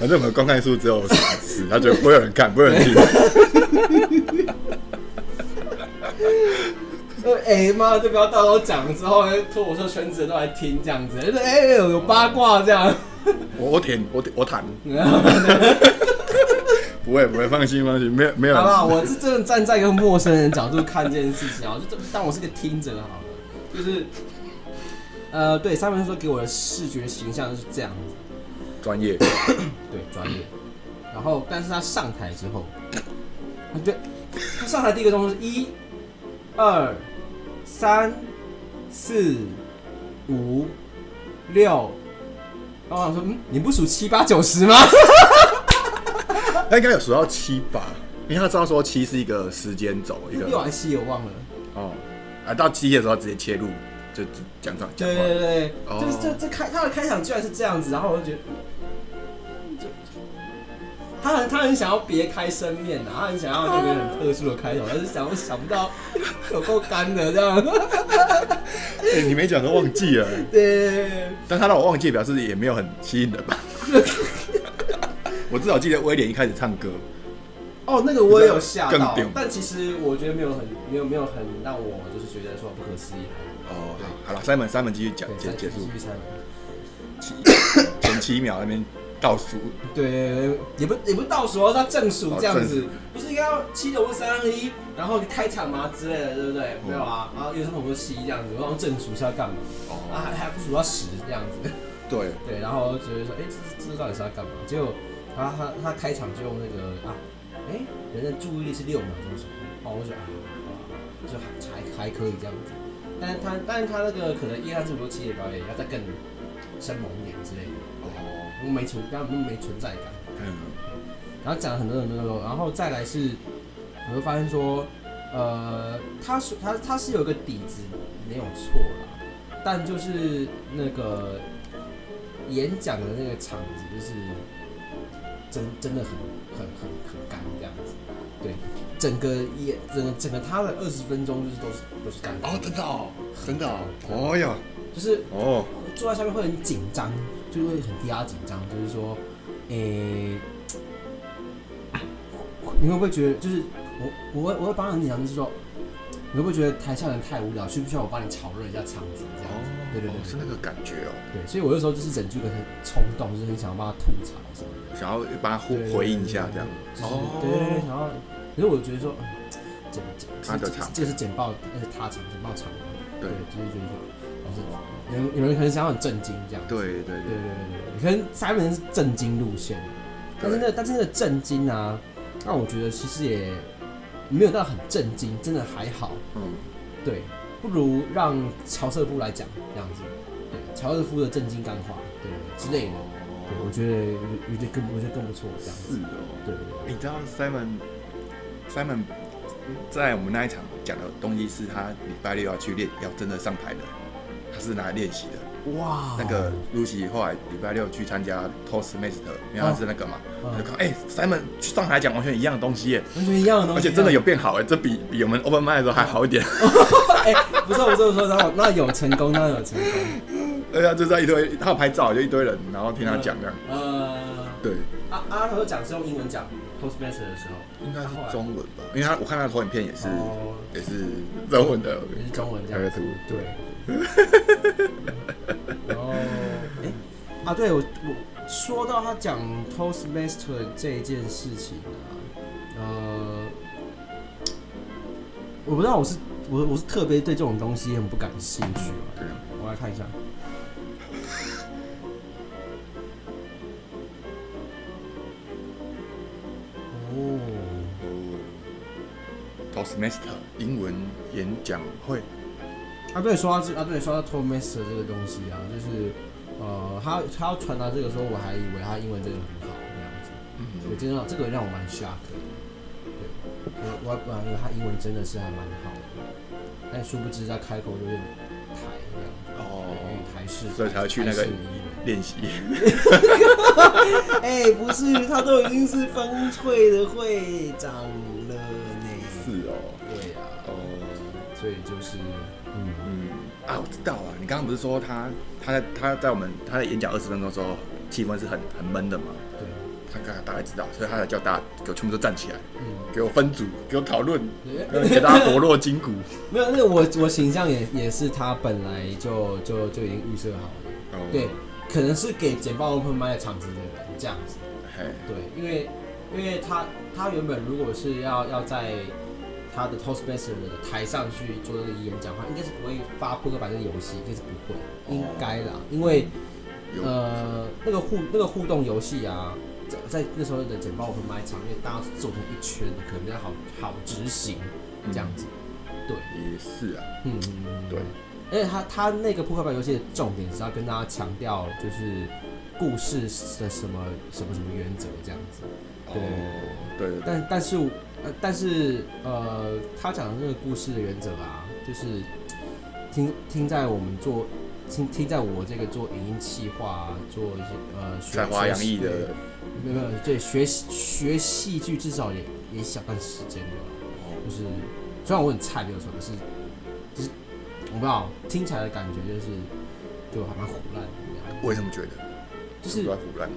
Speaker 2: 反正我们观看数只有三次，他觉得不会有人看，不会有人听。
Speaker 1: 呃哎妈，这不要到时候讲了之后，脱口秀圈子都来听这样子，哎、有有八卦这样。
Speaker 2: 我我舔我我 坦，不会不会，放心放心，没有没有
Speaker 1: 好
Speaker 2: 人
Speaker 1: 不 好？我是真的站在一个陌生人角度看这件事情啊，我就当我是个听者好了。就是，呃，对，上面说给我的视觉形象就是这样子，
Speaker 2: 专业。
Speaker 1: 对，专业。然后，但是他上台之后，啊，对，他上台第一个动作是一、二、三、四、五、六。然后我想说，嗯，你不数七八九十吗？
Speaker 2: 他应该有数到七吧，因为他知道说七是一个时间轴，一
Speaker 1: 六
Speaker 2: 个
Speaker 1: 还是七，我忘了。
Speaker 2: 哦，啊到七的时候直接切入，就就讲上讲
Speaker 1: 对
Speaker 2: 话。
Speaker 1: 对对，
Speaker 2: 哦
Speaker 1: 就是这这开他的开场居然是这样子，然后我就觉得，嗯就他很他很想要别开生面啊，他很想要那个很特殊的开头，但是想想 不到有够干的这样。
Speaker 2: 哎，你没讲都忘记了，
Speaker 1: 对，
Speaker 2: 但他让我忘记，表示也没有很吸引人吧。 我至少记得威廉一开始唱歌，
Speaker 1: 哦，那个我也有吓
Speaker 2: 更
Speaker 1: 到
Speaker 2: 屌，
Speaker 1: 但其实我觉得没有很没有没有很让我就是觉得说不可思议。啊
Speaker 2: 哦，好好了，三门三门继续讲
Speaker 1: 对，
Speaker 2: 结
Speaker 1: 再
Speaker 2: 结束
Speaker 1: 继续猜吧
Speaker 2: 七前七秒那边倒数，
Speaker 1: 对，也不也不倒数，他正数这样
Speaker 2: 哦正
Speaker 1: 子，不是应该要七九三二一，然后开场嘛之类的，对不对？没有啊，然后又是很多七这样子，然后正数是要干嘛？啊，
Speaker 2: 哦，
Speaker 1: 还还不数到十这样子，
Speaker 2: 对，
Speaker 1: 呃对，然后觉得说，哎、这这这到底是要干嘛？结果然后他他开场就用那个啊，哎、人的注意力是六秒钟什么，哦，我就觉得啊，就还还还可以这样子，但是他但是他那个可能一二四五六七的表演要再更生猛一点之类的，
Speaker 2: 哦，
Speaker 1: 因为没存，让没存在感。
Speaker 2: 嗯，
Speaker 1: 然后讲了很多很多很多，然后再来是，你会发现说，呃，他是他他是有一个底子没有错啦，但就是那个演讲的那个场子就是真真的很很很很干这样子，对，整个演整个整个他的二十分钟就是都是都是干的，
Speaker 2: 哦，真的哦，真的哦，哦哟，
Speaker 1: 就是
Speaker 2: 哦，
Speaker 1: 坐在下面会很紧张，就会很替他紧张，就是说，诶、啊你会不会觉得就是我我会我会帮他很紧张，就是说，你会不会觉得台下人太无聊，需不需要我帮你炒热一下场子这样子？对对
Speaker 2: 哦是
Speaker 1: 对
Speaker 2: 那个感觉哦，
Speaker 1: 对，所以我有时候就是忍住一个很冲动，就是很想要帮他吐槽什么的，
Speaker 2: 想要帮他
Speaker 1: 对
Speaker 2: 回回应一下这样，，哦
Speaker 1: 就是对对对，想要，可是我觉得说，嗯简简
Speaker 2: 他的场
Speaker 1: 这个是简报，呃那是他场简报场嘛，
Speaker 2: 对
Speaker 1: 就是觉得说，老师有人有人可能想要很震惊这样子。
Speaker 2: 对对
Speaker 1: 对对对对，可能 Simon 是震惊路线，但是那但是那个震惊啊，让我觉得其实也没有到很震惊，真的还好。
Speaker 2: 嗯，
Speaker 1: 对，不如让乔瑟夫来讲这样子，对，乔瑟夫的震惊干话，对之类的，对我
Speaker 2: 哦，
Speaker 1: 觉得我觉得更我觉得更不错这样
Speaker 2: 是
Speaker 1: 子，
Speaker 2: 哦，
Speaker 1: 对对对，
Speaker 2: 你知道 Simon Simon 在我们那一场讲的东西是他礼拜六要去练，要真的上台的，他是拿来练习的。
Speaker 1: 哇，
Speaker 2: 那个 Lucy 后来礼拜六去参加 Toastmaster，因为他是那个嘛，
Speaker 1: 嗯
Speaker 2: 他就看哎、Simon 去上台讲完全一样的东西耶，
Speaker 1: 完哦全一样的东西，
Speaker 2: 而且真的有，变好哎，这比比我们 Open m i d 的时候还好一点。
Speaker 1: 哎，不错不错不错，那那有成功，那有成功，
Speaker 2: 对啊，就是一堆他有拍照，就一堆人，然后听
Speaker 1: 嗯
Speaker 2: 他讲这样。
Speaker 1: 呃，
Speaker 2: 对，
Speaker 1: 阿阿头讲是用英文讲 Toastmaster 的时候，
Speaker 2: 应该是中文吧，因为他我看他的投影片也是
Speaker 1: 哦
Speaker 2: 也是中文的。
Speaker 1: 也是中文这样子
Speaker 2: 还有图，
Speaker 1: 对。然后，哎、啊，对我我说到他讲 Toastmaster 这一件事情啊，呃，我不知道我是我我是特别对这种东西很不感兴趣嘛，
Speaker 2: 对啊，
Speaker 1: 我来看一下。哦，
Speaker 2: 哦，Toastmaster 英文演讲会，
Speaker 1: 啊，对，说到这，啊，对，说到 t o m a s t e r 这个东西啊，就是呃，他他要传达这个时候，我还以为他英文真的很好那样子，我
Speaker 2: 嗯，
Speaker 1: 真的这个让我蛮 shock 的。对，我我还本来以为他英文真的是还蛮好的，但殊不知他开口就是台这样子，对因为
Speaker 2: 哦，
Speaker 1: 台式，
Speaker 2: 所以才会去那
Speaker 1: 台
Speaker 2: 个
Speaker 1: 式英 文
Speaker 2: 练习。
Speaker 1: 哎、不是，他都已经是峰会的会长了呢。
Speaker 2: 是哦，
Speaker 1: 对啊，
Speaker 2: 哦。
Speaker 1: 所以就是嗯，
Speaker 2: 嗯啊，我知道啊，你刚刚不是说他他在他在我们他在演讲二十分钟的时候，气氛是很很闷的嘛？
Speaker 1: 对，
Speaker 2: 他刚才大概知道，所以他才叫大家给我全部都站起来，
Speaker 1: 嗯。
Speaker 2: 给我分组，给我讨论，
Speaker 1: 对
Speaker 2: 给大家活络筋 骨。
Speaker 1: 没有，那我我形象也也是他本来就就就已经预设好了，
Speaker 2: 哦
Speaker 1: 对，可能是给简报 open m i 的场子的人这样子，
Speaker 2: 嘿，
Speaker 1: 对，因为因为他他原本如果是要要在他的 Toastmaster 的台上去做那个演讲的话，应该是不会发扑克牌这个游戏，应该是不会，应该啦，因为
Speaker 2: 有
Speaker 1: 呃那个互那个互动游戏啊。在在那时候的简报 open m i 场，因为大家是做成一圈的，可能比较好好执行这样子，对，
Speaker 2: 也是啊，
Speaker 1: 嗯，嗯嗯
Speaker 2: 对，
Speaker 1: 而且他他那个扑克牌游戏的重点是要跟大家强调，就是故事的什么什么什么原则这样子。对
Speaker 2: 哦，对对对，
Speaker 1: 但但是我呃但是呃，他讲的那个故事的原则啊，就是听听在我们做听听在我这个做影音企划、啊、做一些呃学
Speaker 2: 才华洋溢，
Speaker 1: 学
Speaker 2: 的
Speaker 1: 没有没有对学学戏剧至少也也小段时间了。
Speaker 2: 哦，
Speaker 1: 就是虽然我很菜没有错，可是就是我不知道听起来的感觉就是就还蛮胡乱的那样，
Speaker 2: 我也这么觉得，
Speaker 1: 就
Speaker 2: 不
Speaker 1: 是
Speaker 2: 要胡乱，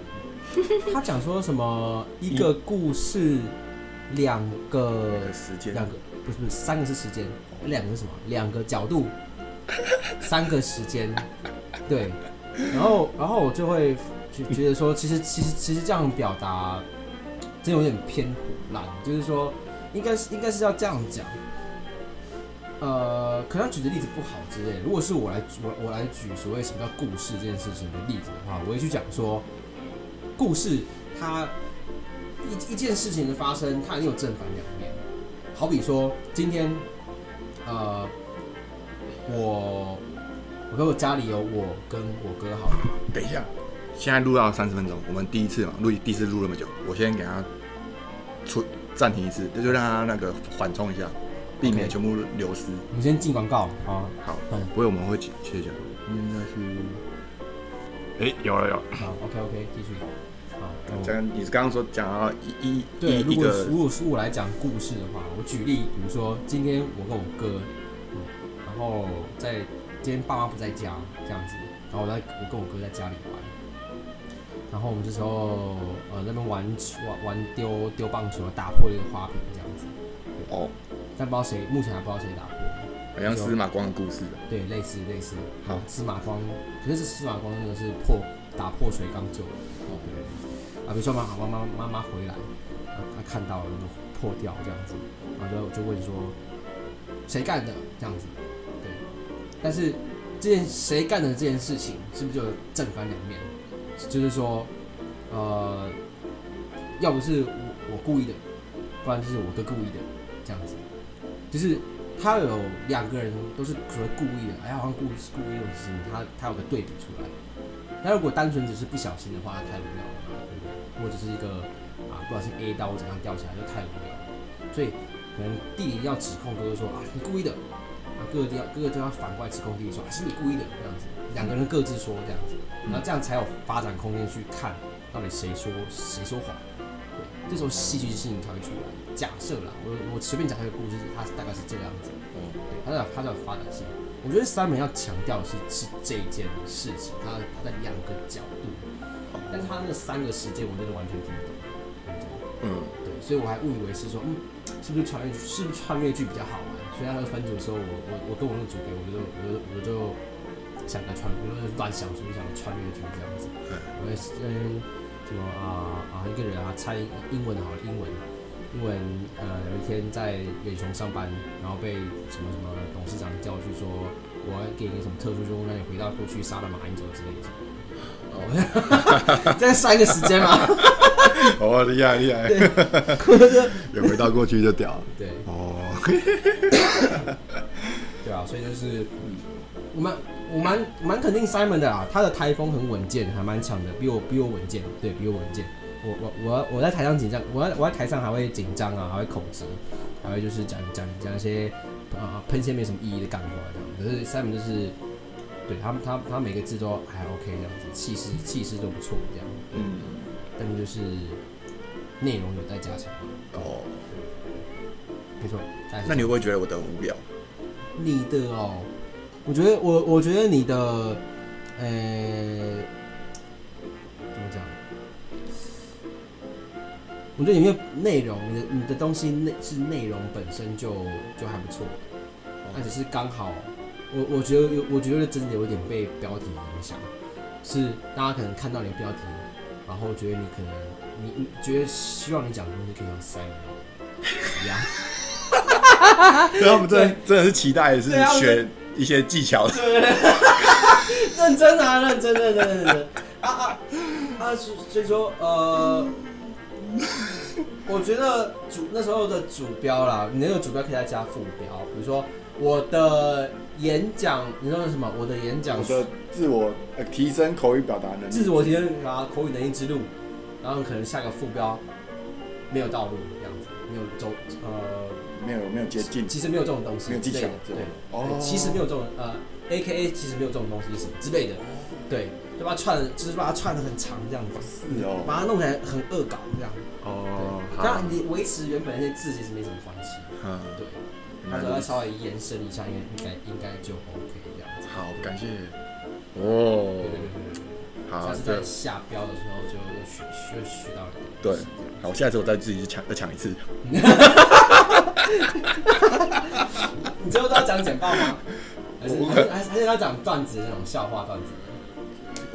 Speaker 1: 他讲说什么一个故事两个
Speaker 2: 那个时间
Speaker 1: 两个不是不是三个是时间，两个是什么？两个角度，三个时间，对，然后然后我就会觉觉得说，其实其实其实这样表达真有点偏胡乱，就是说应该是应该是要这样讲。呃，可能他举的例子不好之类的。如果是我来举我我来举所谓什么叫故事这件事情的例子的话，我会去讲说，故事它一一件事情的发生，它很有正反两面。好比说，今天，呃，我我跟我家里有我跟我哥好了，
Speaker 2: 等一下，现在录到三十分钟，我们第一次嘛，录第一次录那么久，我先给他出暂停一次，这就让他那个缓冲一下，避免
Speaker 1: OK
Speaker 2: 全部流失。
Speaker 1: 我们先进广告好，
Speaker 2: 好
Speaker 1: 嗯，
Speaker 2: 不会我们会切切一下，应该是。哎、有了有了，
Speaker 1: 好，OK OK，继续。好，那我
Speaker 2: 讲你刚刚说讲到一一
Speaker 1: 对，
Speaker 2: 一
Speaker 1: 如
Speaker 2: 一
Speaker 1: 果
Speaker 2: 个
Speaker 1: 如果是我来讲故事的话，我举例，比如说今天我跟我哥，嗯，然后在今天爸妈不在家这样子，然后我在我跟我哥在家里玩，然后我们这时候呃那边玩球玩玩丢丢棒球，打破了一个花瓶这样子，
Speaker 2: 哦，
Speaker 1: 但不知道谁目前还不知道谁打破，
Speaker 2: 好像司马光的故事啊
Speaker 1: 对，类似类似，
Speaker 2: 好，
Speaker 1: 司马光，可是司马光那个是破打破水缸救人，哦对，啊，比如说妈妈妈妈妈回来，啊她看到了那个破掉这样子，然后就就问说谁干的这样子，对，但是这件谁干的这件事情是不是就有正反两面？就是说，呃，要不是我我故意的，不然就是我哥故意的这样子，就是他有两个人都是所谓故意的，哎，好像故意是故意这种事情，他他有个对比出来。那如果单纯只是不小心的话，那太无聊了嘛，对不对？或者是一个啊不小心 A 刀怎样掉下来，就太无聊了。所以可能弟弟要指控哥哥说啊你故意的，啊哥哥就要哥哥就要反过来指控弟弟说、啊、是你故意的这样子，两个人各自说这样子，然后这样才有发展空间去看到底谁说谁说谎。对，这时候戏剧性才会出来。假设啦，我我随便讲一个故事，它大概是这个样子。
Speaker 2: 哦，
Speaker 1: 对，它的它的发展性。我觉得三美要强调的是是这一件事情，它它的两个角度，但是它那三个时间我真的完全听不懂。认真
Speaker 2: 嗯，
Speaker 1: 对，所以我还误以为是说，嗯，是不是穿越是不是穿越剧比较好玩？所以他那个分组的时候，我我我跟我那个组别，我就我就我就想着穿，我就乱想说想穿越剧这样子。
Speaker 2: 对
Speaker 1: 我也是嗯，什么啊啊一个人啊猜英文好了，英文英文呃有一天在远雄上班，然后被什么什么董事长叫去说，我要给你什么特殊任务，让你回到过去杀了马英九之类的。哦， 这算一个时间吗？
Speaker 2: 哦，厉害厉害， 有回到过去就屌了，
Speaker 1: 对。
Speaker 2: 哦，
Speaker 1: 对啊，所以就是我蛮我蛮蛮肯定 Simon 的啦，他的台风很稳健，还蛮强的，比我比我稳健，对比我稳健。我我我我在台上紧张，我在我在台上还会紧张啊，还会口直，还会就是讲讲讲一些啊喷、些没什么意义的干话这样。可是 Simon 就是对他他他每个字都还 OK 这样子，气势气势都不错这样，
Speaker 2: 嗯，
Speaker 1: 但就是内容有待加强。
Speaker 2: 哦，
Speaker 1: 没错，大概是
Speaker 2: 那你会不会觉得我的很无聊？
Speaker 1: 你的哦，我觉得我我觉得你的，呃，怎么讲？我觉得你的内容，你的你的东西内是内容本身就就还不错，哦那只是刚好，我我觉得有，我觉得真的有点被标题影响，是大家可能看到你的标题，然后觉得你可能你你觉得希望你讲的东西可以像塞一样，
Speaker 2: 对啊，我们真的真的是期待的是
Speaker 1: 对啊我
Speaker 2: 学一些技巧的，
Speaker 1: 认真啊，认真，认真，认真啊啊啊！所所以说，呃，我觉得主那时候的主标啦，你那个主标可以再加副标，比如说我的演讲，你说什么？我的演讲
Speaker 2: 我的自我呃提升口语表达能力
Speaker 1: 自，我提升啊，口语能力之路，然后可能下个副标没有道路这样子，没有走呃，
Speaker 2: 没有没有接近，
Speaker 1: 其实没有这种东西，
Speaker 2: 没有技巧
Speaker 1: 之类的
Speaker 2: 这种，
Speaker 1: 对对
Speaker 2: 哦
Speaker 1: 其实没有这种呃，A K A 其实没有这种东西什么之类的，对，就把它串，就是把它串的很长这样子。
Speaker 2: 是哦，
Speaker 1: 把它弄起来很恶搞这样，
Speaker 2: 哦，
Speaker 1: 对，这
Speaker 2: 好
Speaker 1: 样，你维持原本那些字其实没什么关系，
Speaker 2: 嗯，
Speaker 1: 对，
Speaker 2: 原
Speaker 1: 他
Speaker 2: 来
Speaker 1: 只要
Speaker 2: 如此
Speaker 1: 稍微延伸一下，应该应该应该就 OK 这样子。
Speaker 2: 好，感谢，哦
Speaker 1: 对，对对对
Speaker 2: 好
Speaker 1: 下次，在
Speaker 2: 啊对
Speaker 1: 下标的时候就就学就学到了。
Speaker 2: 对，好，我下次我再自己去抢再抢一次，
Speaker 1: 啊你最后都要讲简报 吗？还是
Speaker 2: 我
Speaker 1: 还是还是还是要讲段子那种笑话段子？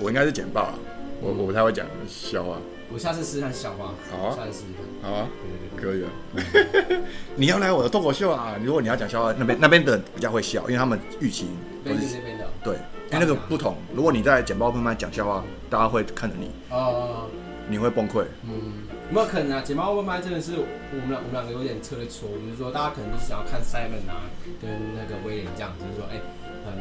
Speaker 2: 我应该是简报啊，我
Speaker 1: 嗯
Speaker 2: 我不太会讲笑话，
Speaker 1: 我下次试试看笑话，
Speaker 2: 好啊
Speaker 1: 下次试试看。
Speaker 2: 好啊。
Speaker 1: 对对对，
Speaker 2: 可以啊， 你要来我的脱口秀啊！如果你要讲笑话，那边那边的人比较会笑，因为他们预期不
Speaker 1: 北京
Speaker 2: 是
Speaker 1: 这边的哦
Speaker 2: 对，因为那个不同。如果你在简报慢慢讲笑话，大家会看着你，
Speaker 1: 哦，
Speaker 2: 你会崩溃。
Speaker 1: 嗯，有没有可能啊？解盲 Open Mind 真的是我们两我们两个有点车的错，就是说大家可能就是想要看 Simon 啊，跟那个威廉这样，就是说哎、很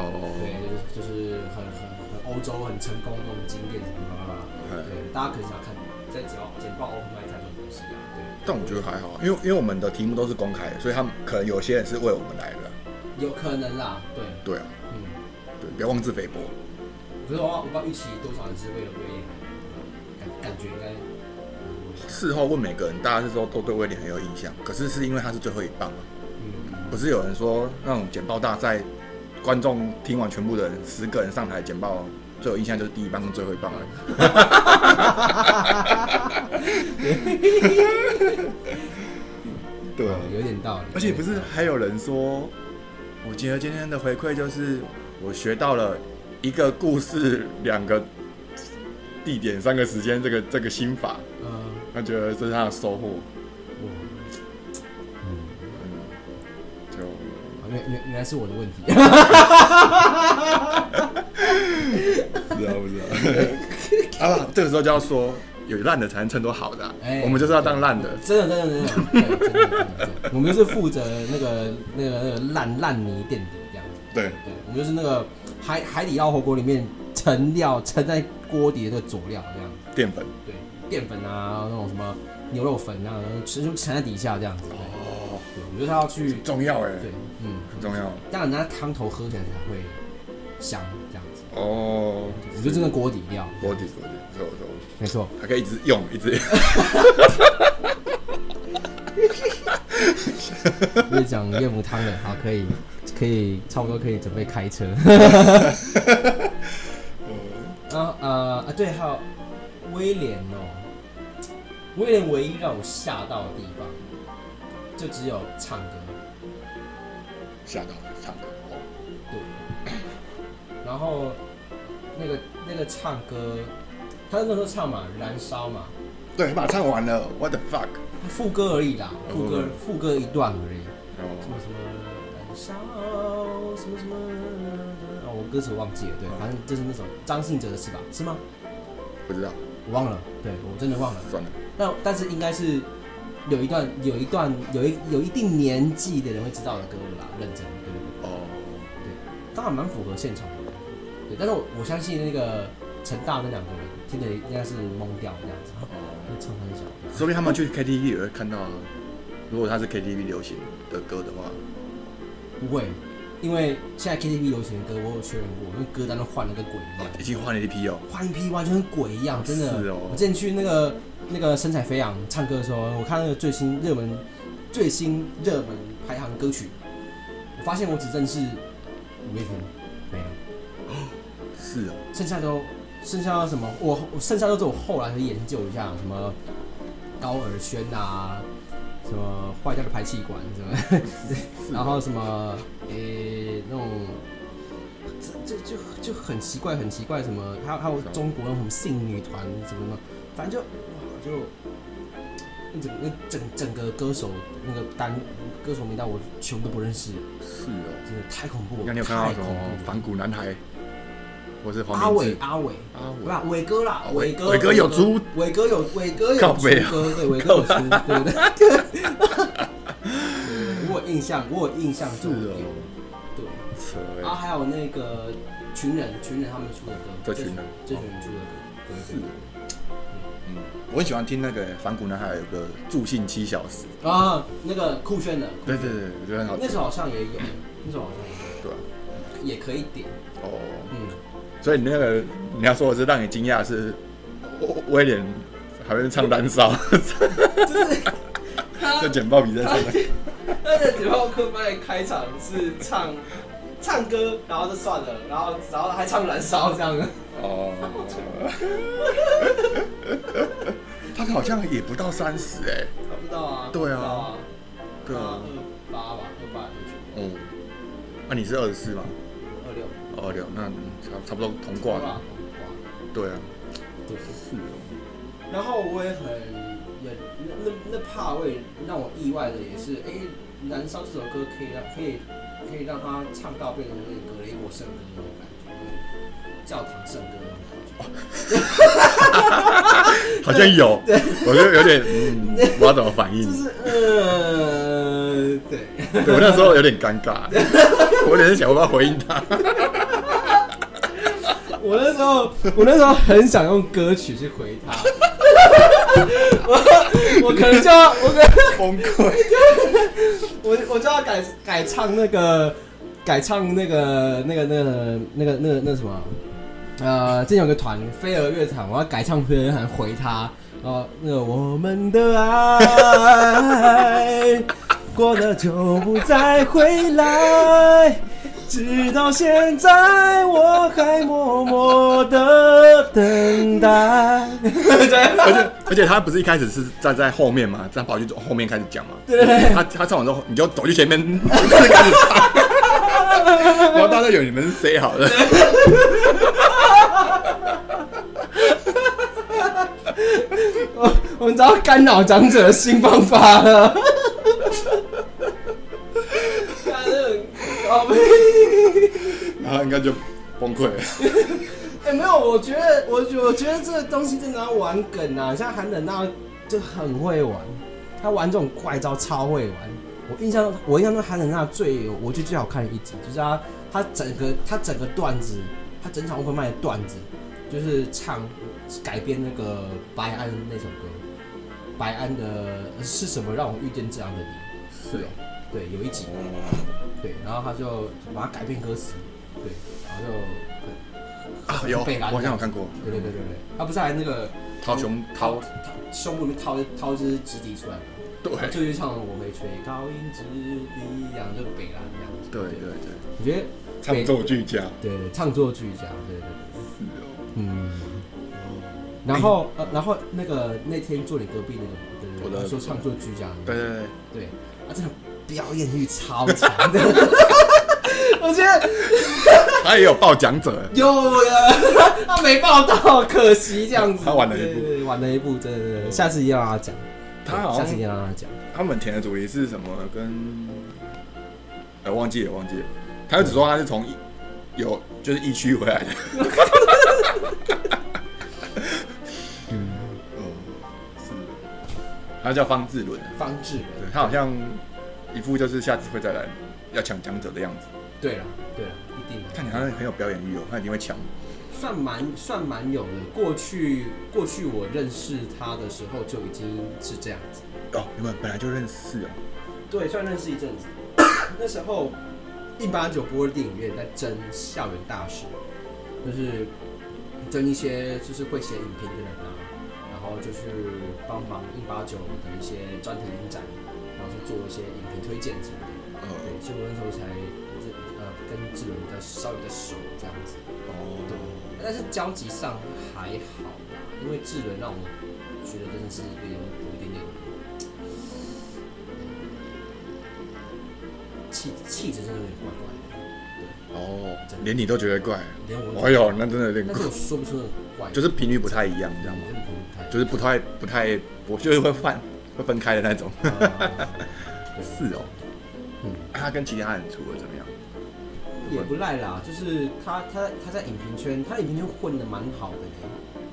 Speaker 2: 哦，
Speaker 1: 对，就是就是很很很欧洲很成功那种经典什么巴拉巴拉，
Speaker 2: 哎
Speaker 1: 对，大家可能想要看在解报解报 Open Mind 这种东西啊，对，
Speaker 2: 但我觉得还好啊，因为因为我们的题目都是公开的，所以他们可能有些人是为我们来的啊。
Speaker 1: 有可能啦，对，
Speaker 2: 对啊，
Speaker 1: 嗯，
Speaker 2: 对，不要妄自菲薄。
Speaker 1: 可是我我不知道预期多少人是为了威廉，感感觉应该。
Speaker 2: 事后问每个人，大家是说都对威廉很有印象，可是是因为他是最后一棒嘛。啊
Speaker 1: 嗯，
Speaker 2: 不是有人说那种简报大赛，观众听完全部的人，十个人上台简报，最有印象就是第一棒跟最后一棒啊了。对啊，
Speaker 1: 有点道理。
Speaker 2: 而且不是还有人说，我觉得今天的回馈就是我学到了一个故事、两个地点、三个时间这个这个心法，
Speaker 1: 嗯，
Speaker 2: 他觉得这是他的收获。
Speaker 1: 我
Speaker 2: 嗯，就
Speaker 1: 哦原原原来是我的问题。
Speaker 2: 不知道不知道。啊，这个时候就要说，有烂的才能衬托好的啊、
Speaker 1: 哎
Speaker 2: 我们就是要当烂的。
Speaker 1: 真的真的真的，对，真的真的真的，我们就是负责那个那个那个烂烂泥垫底这样子。
Speaker 2: 对，
Speaker 1: 对，我们就是那个海海底捞火锅里面盛料盛在锅底的那个佐料这样子。
Speaker 2: 淀粉。
Speaker 1: 对，淀粉啊，那种什么牛肉粉啊，全就盛在底下这样子。对，
Speaker 2: 哦，
Speaker 1: 对我们就是要去
Speaker 2: 重要哎，
Speaker 1: 对，嗯，
Speaker 2: 很重要。
Speaker 1: 当然拿汤头喝起来才会香这样子。
Speaker 2: 哦，
Speaker 1: 我们就真的锅底料，
Speaker 2: 锅底锅底，不错不错，
Speaker 1: 没错。
Speaker 2: 还可以一直用，一直
Speaker 1: 因为讲岳母汤了，好，可以，可以，差不多可以准备开 车。然后呃啊，对，还有威廉哦，威廉唯一让我吓到的地方，就只有唱歌。
Speaker 2: 吓到唱歌。哦
Speaker 1: 对，然后那个那个唱歌，他那时候唱嘛，燃烧嘛，
Speaker 2: 对，把它唱完了，What the fuck？
Speaker 1: 副歌而已啦，副歌
Speaker 2: 嗯
Speaker 1: 副歌一段而已。什
Speaker 2: 哦，
Speaker 1: 么什么燃烧，什么什么，哦，我歌词忘记了，对，反正就是那首张信哲的是吧？是吗？
Speaker 2: 不知道，
Speaker 1: 我忘了，对我真的忘了。
Speaker 2: 算了。
Speaker 1: 那但是应该是有一段有一段有一有一定年纪的人会知道的歌了啦，认真，对对对，
Speaker 2: 哦，
Speaker 1: 当然蛮符合现场的，对。但是我我相信那个陈大那两个人听的应该是懵掉这样子，
Speaker 2: 哦，
Speaker 1: 会唱很小。
Speaker 2: 说不定他们去 KTV 也会看到啊。如果他是 KTV 流行的歌的话，
Speaker 1: 不会，因为现在 KTV 流行的歌我有确认过，因为歌单都换了个鬼一样。
Speaker 2: 已经换了一批哦。
Speaker 1: 换一批完全跟鬼一样，真的。
Speaker 2: 是哦
Speaker 1: 我之前去那个那个神采飞扬唱歌的时候，我看那个最新热门最新热门排行歌曲，我发现我只认识五月天，没了，
Speaker 2: 是哦，
Speaker 1: 剩下都剩下什么？我我剩下都是我后来去研究一下，什么高尔宣啊，什么坏掉的排气管什么。
Speaker 2: 是
Speaker 1: 然后什么，诶、那种，这这就就很奇怪，很奇怪，什么，还有还有
Speaker 2: 啊
Speaker 1: 中国那种什么信女团什么的，反正就哇就，那整那整整个歌手那个单歌手名单我全部都不认识，
Speaker 2: 是哦。
Speaker 1: 真的太恐怖
Speaker 2: 那
Speaker 1: 了，
Speaker 2: 你有看到
Speaker 1: 太
Speaker 2: 什
Speaker 1: 恐
Speaker 2: 么
Speaker 1: 怖了。
Speaker 2: 反骨男孩，或是
Speaker 1: 阿
Speaker 2: 黄明
Speaker 1: 伟
Speaker 2: 志？
Speaker 1: 阿伟，
Speaker 2: 阿
Speaker 1: 不
Speaker 2: 伟，
Speaker 1: 是伟哥啦
Speaker 2: 啊，
Speaker 1: 伟
Speaker 2: 伟
Speaker 1: 哥
Speaker 2: 伟哥有出，
Speaker 1: 伟哥有伟哥有
Speaker 2: 靠
Speaker 1: 出
Speaker 2: 北啊
Speaker 1: 歌，对，伟哥有出，对不对？对我有印象，我有印象
Speaker 2: 是
Speaker 1: 中有，
Speaker 2: 哦，
Speaker 1: 对。
Speaker 2: 扯
Speaker 1: 啊，
Speaker 2: 哎，
Speaker 1: 还有那个群人，群人他们出的歌，
Speaker 2: 这群人
Speaker 1: 这群人出的歌，对
Speaker 2: 是。哦嗯，我很喜欢听那个反骨男孩有个助兴七小时，
Speaker 1: 对啊，那个酷炫的，
Speaker 2: 对对对，我觉得很好
Speaker 1: 那
Speaker 2: 听，
Speaker 1: 时候好像也有，那时候好像
Speaker 2: 对吧？
Speaker 1: 也有也可以点，
Speaker 2: 哦，
Speaker 1: 嗯，
Speaker 2: 所以你那个你要说的是让你惊讶的是威廉还会唱燃烧，在简报比赛上面，
Speaker 1: 那个九号课班的开场是唱唱歌，然后就算了，然后然后还唱燃烧这样的，
Speaker 2: 哦， 他好像也不到三十哎，
Speaker 1: 不知道啊，
Speaker 2: 对啊
Speaker 1: 不知
Speaker 2: 对
Speaker 1: 道啊，
Speaker 2: 啊，
Speaker 1: 二八吧，二八二九
Speaker 2: 哦，那你是二十四吗？
Speaker 1: 二六，
Speaker 2: 二六，那差差不多同挂
Speaker 1: 吧
Speaker 2: 了。，对啊，
Speaker 1: 对。
Speaker 2: 是哦。
Speaker 1: 然后我也很也那那那怕我也让我意外的也是，哎、燃烧》这首歌可以让可以可以让他唱到变成那个格雷果圣歌那种感觉，教堂圣歌那种感觉。
Speaker 2: 好像 有，我就有点，嗯，不知道怎么反 应
Speaker 1: 就。是呃，对，
Speaker 2: 对我那时候有点尴 尬，我有点在想我要不要回应他。
Speaker 1: 我那时候我那时候很想用歌曲去回他， 我我可能就要我可能
Speaker 2: 崩溃。
Speaker 1: 我我就要改改唱那个，改唱那个那个那个那个那个那个什么，啊呃，之前有个团飞蛾乐团，我要改唱飞蛾乐团回他，呃，那个我们的爱过了就不再回来，直到现在我还默默的等待。
Speaker 2: 而且 而且他不是一开始是站在后面嘛，站跑去后面开始讲嘛。
Speaker 1: 对对对
Speaker 2: 他他唱完之后，你就走去前面 就是开始唱， 然后大家以为你们是谁好了。
Speaker 1: 我我们找到干扰长者的新方法了。干这很 搞屁
Speaker 2: 然后应该就崩 溃了。
Speaker 1: 哎，没有，我觉得我觉我觉得这个东西真的要玩梗啊，像韩冷那就很会玩，他玩这种怪招超会玩。我印象我印象中韩冷那最有我觉得最好看的一集，就是他他整个他整个段子，他整场 open m i 的段子就是唱改编那个白安那首歌，白安的呃是什么让我遇见这样的你？
Speaker 2: 是哦，
Speaker 1: 对，有一集，对，然后他就把它改变歌词，对，然后就很
Speaker 2: 啊有，我好像有看过，
Speaker 1: 对对对对对，他不是还那个
Speaker 2: 掏胸掏，
Speaker 1: 胸部里面掏一掏一只直笛出来吗？
Speaker 2: 对对
Speaker 1: 就是唱我会吹高音直笛一样，就北兰这样子。
Speaker 2: 对对，
Speaker 1: 我觉得
Speaker 2: 唱作俱佳。
Speaker 1: 对对唱作俱佳，对对对，
Speaker 2: 是哦
Speaker 1: 嗯。然后呃，然后那个那天坐你隔壁那个，对对
Speaker 2: 我的
Speaker 1: 对，说唱作俱佳，
Speaker 2: 对对对，
Speaker 1: 对，啊，真的表演欲超强的， 我觉得。
Speaker 2: 他也有报奖者，
Speaker 1: 有了， 他没报到，可惜这样子。
Speaker 2: 他晚了一步嗯
Speaker 1: 对对对晚了一步，真的真的，下次一定要让他讲。
Speaker 2: 他好
Speaker 1: 下
Speaker 2: 像
Speaker 1: 次一定要让他讲。
Speaker 2: 他们填的主题是什么？跟哎、忘记了，忘记了。他就只说他是从疫有就是疫区回来的。 嗯，是他叫方志伦，啊
Speaker 1: 方志仁，
Speaker 2: 对他好像一副就是下次会再来要抢讲者的样子。
Speaker 1: 对了对了，一定的，
Speaker 2: 看起来他很有表演欲哦，他一定会抢。
Speaker 1: 算蛮算蛮有的。过去过去我认识他的时候就已经是这样子。
Speaker 2: 哦，你们本来就认识哦。
Speaker 1: 对，算认识一阵子。 那时候一八九播的电影院在争校园大使，就是争一些就是会写影评的人啊，然后就是帮忙一八九的一些专题影展，然后去做一些影评推荐什么的。
Speaker 2: 哦
Speaker 1: 对，所以我那时候才呃跟志伦在稍微在熟这样子。对
Speaker 2: 哦，
Speaker 1: 但是交集上还好啦，因为智伦让我觉得真的是有点有一点点呃气气质，真的有点怪怪的，
Speaker 2: 哦，连你都觉得怪。
Speaker 1: 连我都
Speaker 2: 哎，呦，那真的有点
Speaker 1: 但
Speaker 2: 怪
Speaker 1: 是，我说不出那种怪，
Speaker 2: 就是频率不太一样，你知道吗？
Speaker 1: 真的不太
Speaker 2: 就是不太不太，我就是会分会分开的那种。
Speaker 1: 呃
Speaker 2: 是哦，
Speaker 1: 嗯
Speaker 2: 啊他跟其他人处的怎么样？
Speaker 1: 也不赖啦，就是他他他在影评圈，他影评圈混的蛮好的呢。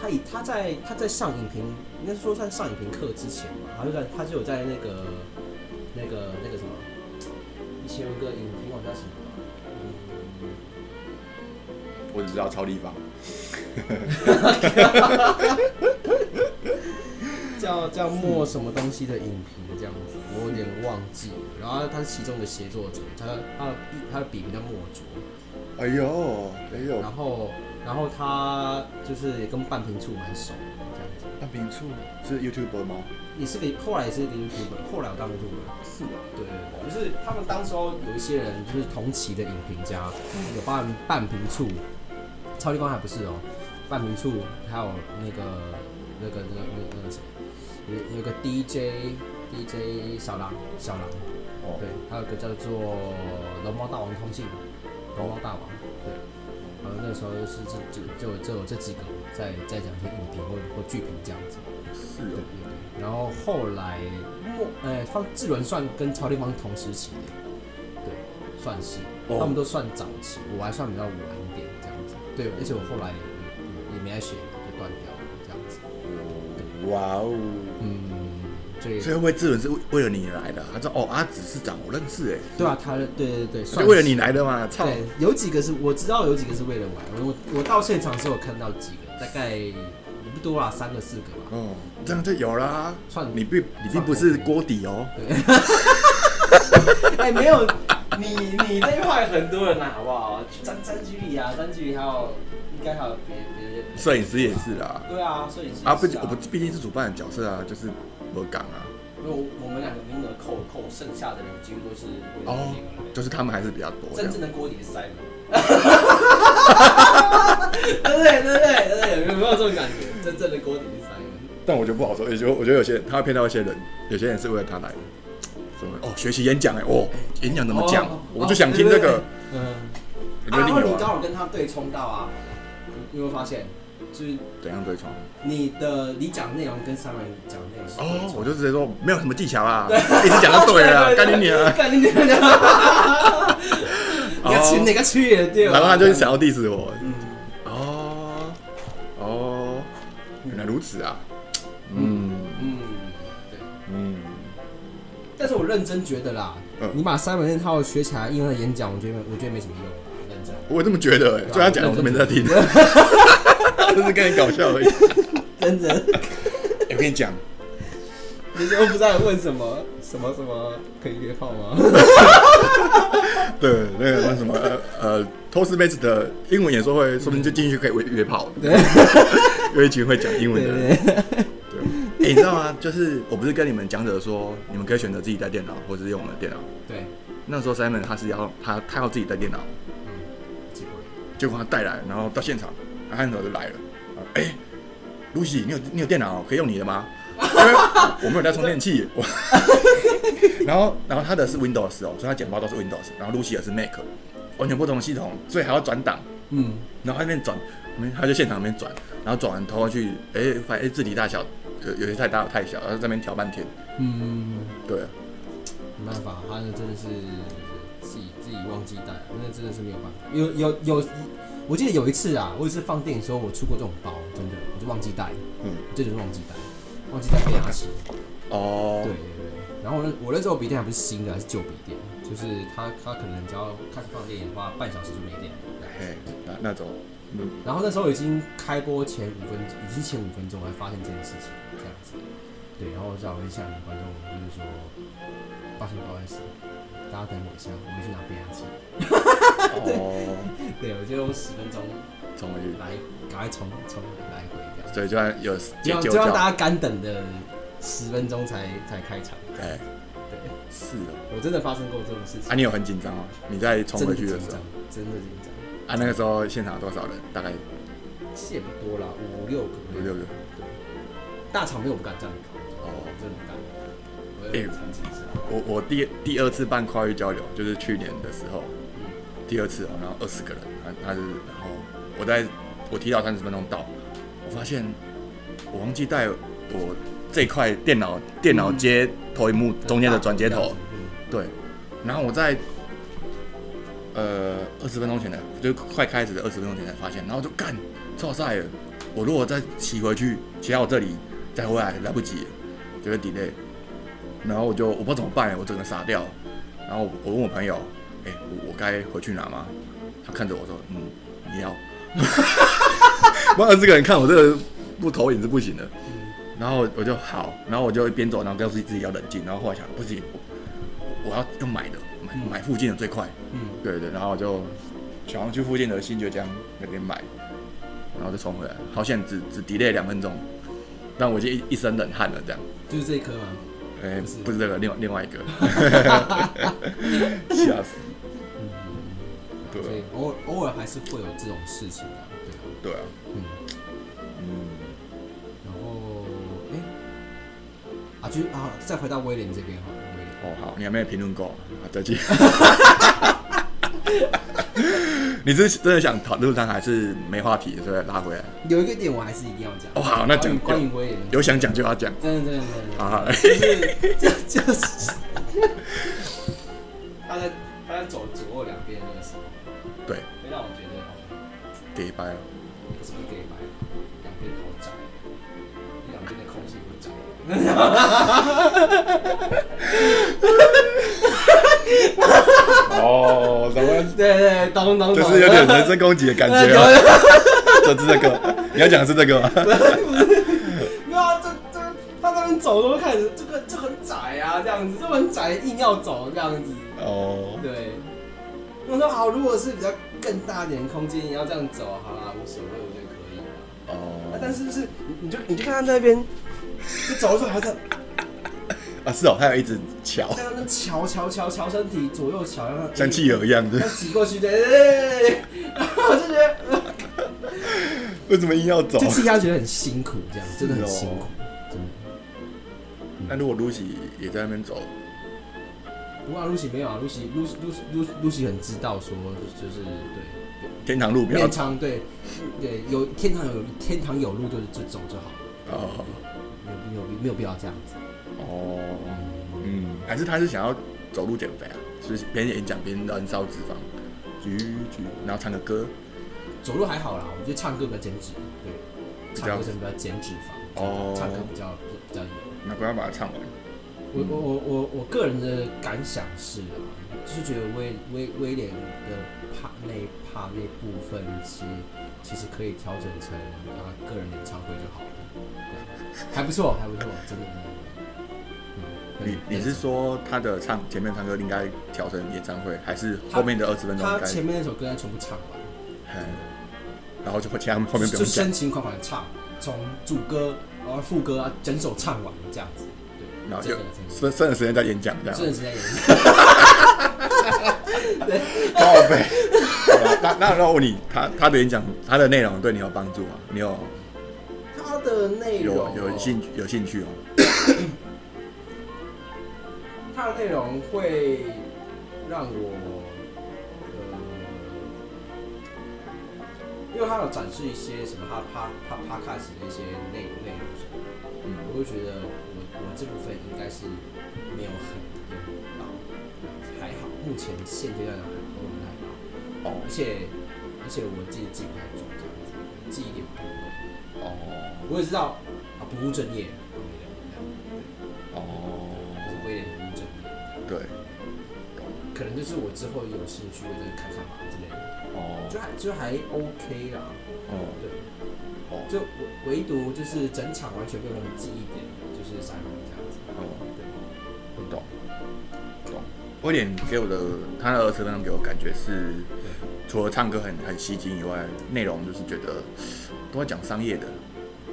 Speaker 1: 他以他在他在上影评，应该说算上影评课之前嘛，他就在他就有在那个那个那个什么，以前有一个影评网叫什么？嗯
Speaker 2: 我只知道超立方，
Speaker 1: 叫叫莫什么东西的影评这样子，我有点忘记了。然后他是其中的协作者，他的他的他的笔名叫莫卓。
Speaker 2: 哎呦哎呦
Speaker 1: 然，后然后他就是也跟半瓶醋蛮熟的这样子。
Speaker 2: 那平处是 YouTuber 吗？
Speaker 1: 你是个后来也是个 YouTuber，后来我当 YouTuber。
Speaker 2: 是哦的，
Speaker 1: 对对对，就是他们当时候有一些人就是同期的影评家，有半半瓶醋，超立方还不是哦，半瓶醋还有那个那个那个那个那个谁，有有个 DJ DJ 小狼小狼，
Speaker 2: 哦
Speaker 1: 对，还有一个叫做龙猫大王通信，龙猫大王，对。然后那时候就是就就就有这几个在在讲一些影评或或剧评这样子。
Speaker 2: 是
Speaker 1: 对
Speaker 2: 哦，
Speaker 1: 对对，然后后来莫呃方志伦算跟超立方同时期的，对，算是、
Speaker 2: 哦
Speaker 1: 他们都算早期，我还算比较晚一点这样子。对，而且我后来也也没来学，就断掉了这样子。
Speaker 2: 哇哦！
Speaker 1: 嗯，这
Speaker 2: 所以
Speaker 1: 个
Speaker 2: 会不会志伦是为为了你来的？他说哦，阿紫市长我认识哎，
Speaker 1: 对啊，他对对对，
Speaker 2: 就
Speaker 1: 算
Speaker 2: 为了
Speaker 1: 是
Speaker 2: 你来的嘛，操！
Speaker 1: 对，有几个是我知道，有几个是为了玩。我我到现场是有看到几个，大概也不多啦，三个四个吧。
Speaker 2: 哦，这样就有啦。
Speaker 1: 算
Speaker 2: 你并你并不是锅底哦，
Speaker 1: 哎、没有，你你那一块很多人啦，好不好？张张居里啊，张居里还有应该还有别别人。
Speaker 2: 摄影师也是啦。
Speaker 1: 对啊，摄影师
Speaker 2: 啊，
Speaker 1: 也
Speaker 2: 不
Speaker 1: 是，
Speaker 2: 我不毕竟是主办的角色啊，就是我港啊。
Speaker 1: 因为我我们两个名额扣扣，剩下的人几乎都是为了
Speaker 2: 哦
Speaker 1: 名额。，
Speaker 2: 就是他们还是比较多这
Speaker 1: 真
Speaker 2: 样
Speaker 1: 正。的锅底是塞吗？ 对不对？对不对？对不对？有没有这种感觉？真正的锅底是塞吗？
Speaker 2: 但我就不好说，也就我觉得有些人他会骗到一些人，有些人是为了他来的。什么？哦，学习演讲哎，哦，演讲怎么讲
Speaker 1: 哦？
Speaker 2: 我就想听这个
Speaker 1: 哦。对对对嗯。
Speaker 2: 我觉
Speaker 1: 啊
Speaker 2: 得一
Speaker 1: 然后
Speaker 2: 定
Speaker 1: 你
Speaker 2: 有
Speaker 1: 刚
Speaker 2: 啊。
Speaker 1: 好跟他对冲到啊，你有没有发现？就是
Speaker 2: 怎样对冲？
Speaker 1: 你的你讲的内容跟三人讲的内容是对冲
Speaker 2: 哦，我就直接说没有什么技巧 啊，一直讲就对了啊，干你娘啊！
Speaker 1: 干你娘！ 你要去哪个去也对了。
Speaker 2: 然后他啊就想要 diss 我。
Speaker 1: 嗯，
Speaker 2: 哦，哦，原来如此啊。
Speaker 1: 嗯
Speaker 2: 嗯
Speaker 1: 嗯，对。
Speaker 2: 嗯，
Speaker 1: 但是我认真觉得啦，
Speaker 2: 嗯
Speaker 1: 你把三门那套学起来应用在演讲，我觉得没我觉得没什么用，认真
Speaker 2: 我也这么觉得哎，虽然他讲的我都没在听， 就是跟你搞笑而已。
Speaker 1: 真的，
Speaker 2: 欸哎我跟你讲，
Speaker 1: 你都不知道问什么什么什么可以约炮吗？
Speaker 2: 对，那个那什么呃呃 t o a s t m a s t 的英文演说会，说不定就进去可以约约炮，
Speaker 1: 对
Speaker 2: 约一群会讲英文
Speaker 1: 对
Speaker 2: 的人。
Speaker 1: 对对，
Speaker 2: 对，哎、你知道吗？就是我不是跟你们讲者说，你们可以选择自己带电脑，或者是用我们的电脑。
Speaker 1: 对，
Speaker 2: 那时候 Simon 他是要他他要自己带电脑，
Speaker 1: 嗯，结果
Speaker 2: 结果他带来，然后到现场，然后汉头就来了，哎、露西，你有你有电脑可以用你的吗？因为我没有带充电器， 我然后然后他的是 Windows 哦，所以他简报都是 Windows，然后露西也是 Mac，完全不同的系统，所以还要转档。
Speaker 1: 嗯，
Speaker 2: 然后他那边转，没他就现场那边转，然后转完头过去，哎、发现哎字体大小有有些太大有太小，然后在那边调半天。
Speaker 1: 嗯，
Speaker 2: 对，
Speaker 1: 没办法，他那真的是自己自己忘记带了，那真的是没有办法。有有有，我记得有一次啊，我有一次放电影的时候，我出过这种包，真的，我就忘记带，
Speaker 2: 嗯，
Speaker 1: 这就是忘记带，忘记带变牙齿。
Speaker 2: 哦
Speaker 1: 对，对对。然后我那我那时候笔电还不是新的，还是旧笔电，就是它它可能只要开始放电影的话，半小时就没电了。
Speaker 2: 嘿，那那种，嗯，
Speaker 1: 然后那时候已经开播前五分，已经前五分钟，我才发现这件事情，这样子。对，然后我在我跟下面的观众就是说，抱歉，不好意思，大家等我一下，我们去拿变压器。
Speaker 2: 哦，
Speaker 1: 对，我就用十分钟
Speaker 2: 终于，
Speaker 1: 来，赶快重重来回这样。
Speaker 2: 所以就算有
Speaker 1: 就
Speaker 2: 解
Speaker 1: 让
Speaker 2: 救
Speaker 1: 就让
Speaker 2: 掉，
Speaker 1: 大家干等的十分钟才才开场。
Speaker 2: 哎，
Speaker 1: 对，
Speaker 2: 是的，
Speaker 1: 我真的发生过这种事情
Speaker 2: 啊，。你有很紧张哦，你在冲
Speaker 1: 真
Speaker 2: 回
Speaker 1: 的
Speaker 2: 去
Speaker 1: 紧
Speaker 2: 的
Speaker 1: 张，
Speaker 2: 时候，
Speaker 1: 真的紧张，
Speaker 2: 啊，那个时候现场有多少人？大概
Speaker 1: 其实也不多啦，五六个，
Speaker 2: 五六个，
Speaker 1: 对。大场面我不敢这样搞，
Speaker 2: 哦
Speaker 1: 哦，真的不敢。我
Speaker 2: 哎
Speaker 1: 也很紧张。
Speaker 2: 我我第第二次办跨域交流，就是去年的时候，
Speaker 1: 嗯
Speaker 2: 第二次哦，然后二十个人，他他是，然后我在我提早三十分钟到，我发现我忘记带我这块电脑电
Speaker 1: 嗯
Speaker 2: 脑接投影幕中间的转接头，，对，然后我在呃二十分钟前的，就快开始的二十分钟前才发现，然后就干，超赛了，我如果再骑回去，骑到我这里再回来来不及了，就会 delay，然后我就我不知道怎么办，欸我整个傻掉，然后我我问我朋友，哎、我我该回去拿吗？他看着我说，嗯，你要，我二十个人看我这个不投影是不行的。然后我就好，然后我就一边走，然后告诉自己要冷静，然后后来想不行，我我要用买的，买
Speaker 1: 嗯
Speaker 2: 买附近的最快。
Speaker 1: 嗯，
Speaker 2: 对对，然后我就想要去附近的新爵江那边买，然后就冲回来，好险只只 delay 两分钟，但我已经一一身冷汗了这样。
Speaker 1: 就是这一颗嘛。
Speaker 2: 哎、
Speaker 1: 不是
Speaker 2: 不是这个，另外另外一 个，吓死！
Speaker 1: 嗯，
Speaker 2: 对啊
Speaker 1: 所以偶尔偶尔还是会有这种事情的，对啊。
Speaker 2: 对啊，
Speaker 1: 嗯，
Speaker 2: 嗯，
Speaker 1: 然后哎，啊，就是啊，再回到威廉这边哈，威廉。
Speaker 2: 哦好，你还没有评论啊够，好再 见。你是真的想讨论他，还是没话题，所以拉回来？
Speaker 1: 有一个点我还是一定要讲。
Speaker 2: 哦好那讲
Speaker 1: 关于关于威廉的，
Speaker 2: 有想讲就要讲。
Speaker 1: 真的真的真的。
Speaker 2: 好好，
Speaker 1: 就是就 就是，他在他在走左右两边那个时候，
Speaker 2: 对，
Speaker 1: 会让我觉得哦
Speaker 2: 给掰了。
Speaker 1: 不是不给白，两边好窄，两边的空气会窄。
Speaker 2: 哦，怎么？
Speaker 1: 对对，懂懂懂，
Speaker 2: 这是有点人身攻击的感觉 啊！就是这个，你要讲的是这个吗？
Speaker 1: 没有啊，这这他那边走都开始，这个这很窄啊，这样子，这很窄，硬要走这样子。
Speaker 2: 哦，
Speaker 1: 对，我说好，如果是比较更大一点的空间，你要这样走，好啦，无所谓，我觉得可以。啊、
Speaker 2: 哦，
Speaker 1: 但是就是你你就你就看他那边，就走的时候还在
Speaker 2: 啊，是哦，他有一直瞧，
Speaker 1: 在那边瞧瞧瞧瞧身体，左右瞧，然后
Speaker 2: 像企鹅一样的，
Speaker 1: 要挤过去，对对对对 对，然后我就觉得。
Speaker 2: 为什么硬要走
Speaker 1: 就？自己要觉得很辛苦，这样真的
Speaker 2: 是
Speaker 1: 很
Speaker 2: 哦
Speaker 1: 辛苦，真的。
Speaker 2: 那如果 Lucy 也在那边走，
Speaker 1: 不过啊露西没有啊，露西露露露露西很知道说就是对
Speaker 2: 天堂路不要
Speaker 1: 面仓对对有天堂有天堂有路就就走就好，
Speaker 2: 哦
Speaker 1: 没有没有没有必要这样子。
Speaker 2: 哦，嗯，还是他是想要走路减肥啊，就是边演讲边燃烧脂肪，举举，然后唱个歌，
Speaker 1: 走路还好啦，我觉得唱歌比较减脂，对，
Speaker 2: 比较
Speaker 1: 唱歌真的比较减脂肪，
Speaker 2: 哦
Speaker 1: 唱歌比较比较油。
Speaker 2: 那不要把它唱完。
Speaker 1: 我我我我我个人的感想是啊，就是觉得威威威廉的怕那怕那部分是其实可以调整成啊个人演唱会就好了，对还不错，还不错，真的。真的
Speaker 2: 你
Speaker 1: 嗯，
Speaker 2: 你是说他的唱前面唱歌应该调成演唱会，还是
Speaker 1: 他
Speaker 2: 后面的二十分钟
Speaker 1: 他
Speaker 2: 应该？
Speaker 1: 前面那首歌他全部唱完，
Speaker 2: 嗯然后就会其他后面不用
Speaker 1: 就
Speaker 2: 讲
Speaker 1: 深，情款款地唱，从主歌然后副歌啊整首唱完这样子，对，
Speaker 2: 然后
Speaker 1: 真
Speaker 2: 就
Speaker 1: 的真的
Speaker 2: 剩剩的时间在演讲这
Speaker 1: 真的
Speaker 2: 样。
Speaker 1: 直接 演。
Speaker 2: 靠背。好啦那那那我问你，他他的演讲他的内容对你有帮助吗？你有
Speaker 1: 他的内容
Speaker 2: 有
Speaker 1: 哦
Speaker 2: 有兴趣有兴趣哦？
Speaker 1: 它的内容会让我，呃，因为它有展示一些什么他他他 podcast 的一些内容内容什么的，
Speaker 2: 嗯
Speaker 1: 我会觉得我我这部分应该是没有很用到，还好，目前现阶段还没有用到，
Speaker 2: 哦
Speaker 1: 而且而且我自己记不太住这样子，记忆点不够，
Speaker 2: 哦
Speaker 1: 我也知道啊不务正业，我觉得这样就
Speaker 2: 哦，
Speaker 1: 是威廉不务正业。
Speaker 2: 对，
Speaker 1: 可能就是我之后有兴趣，我再看看吧之类的，就
Speaker 2: 哦
Speaker 1: 还就还 OK 啦。
Speaker 2: 哦
Speaker 1: 对，
Speaker 2: 哦
Speaker 1: 就唯唯独就是整场完全没有什么记忆点，就是三龙这样子。
Speaker 2: 哦。
Speaker 1: 对，
Speaker 2: 懂，懂。威廉给我的他的二十分钟给我感觉是，除了唱歌很很吸睛以外，内容就是觉得都在讲商业的，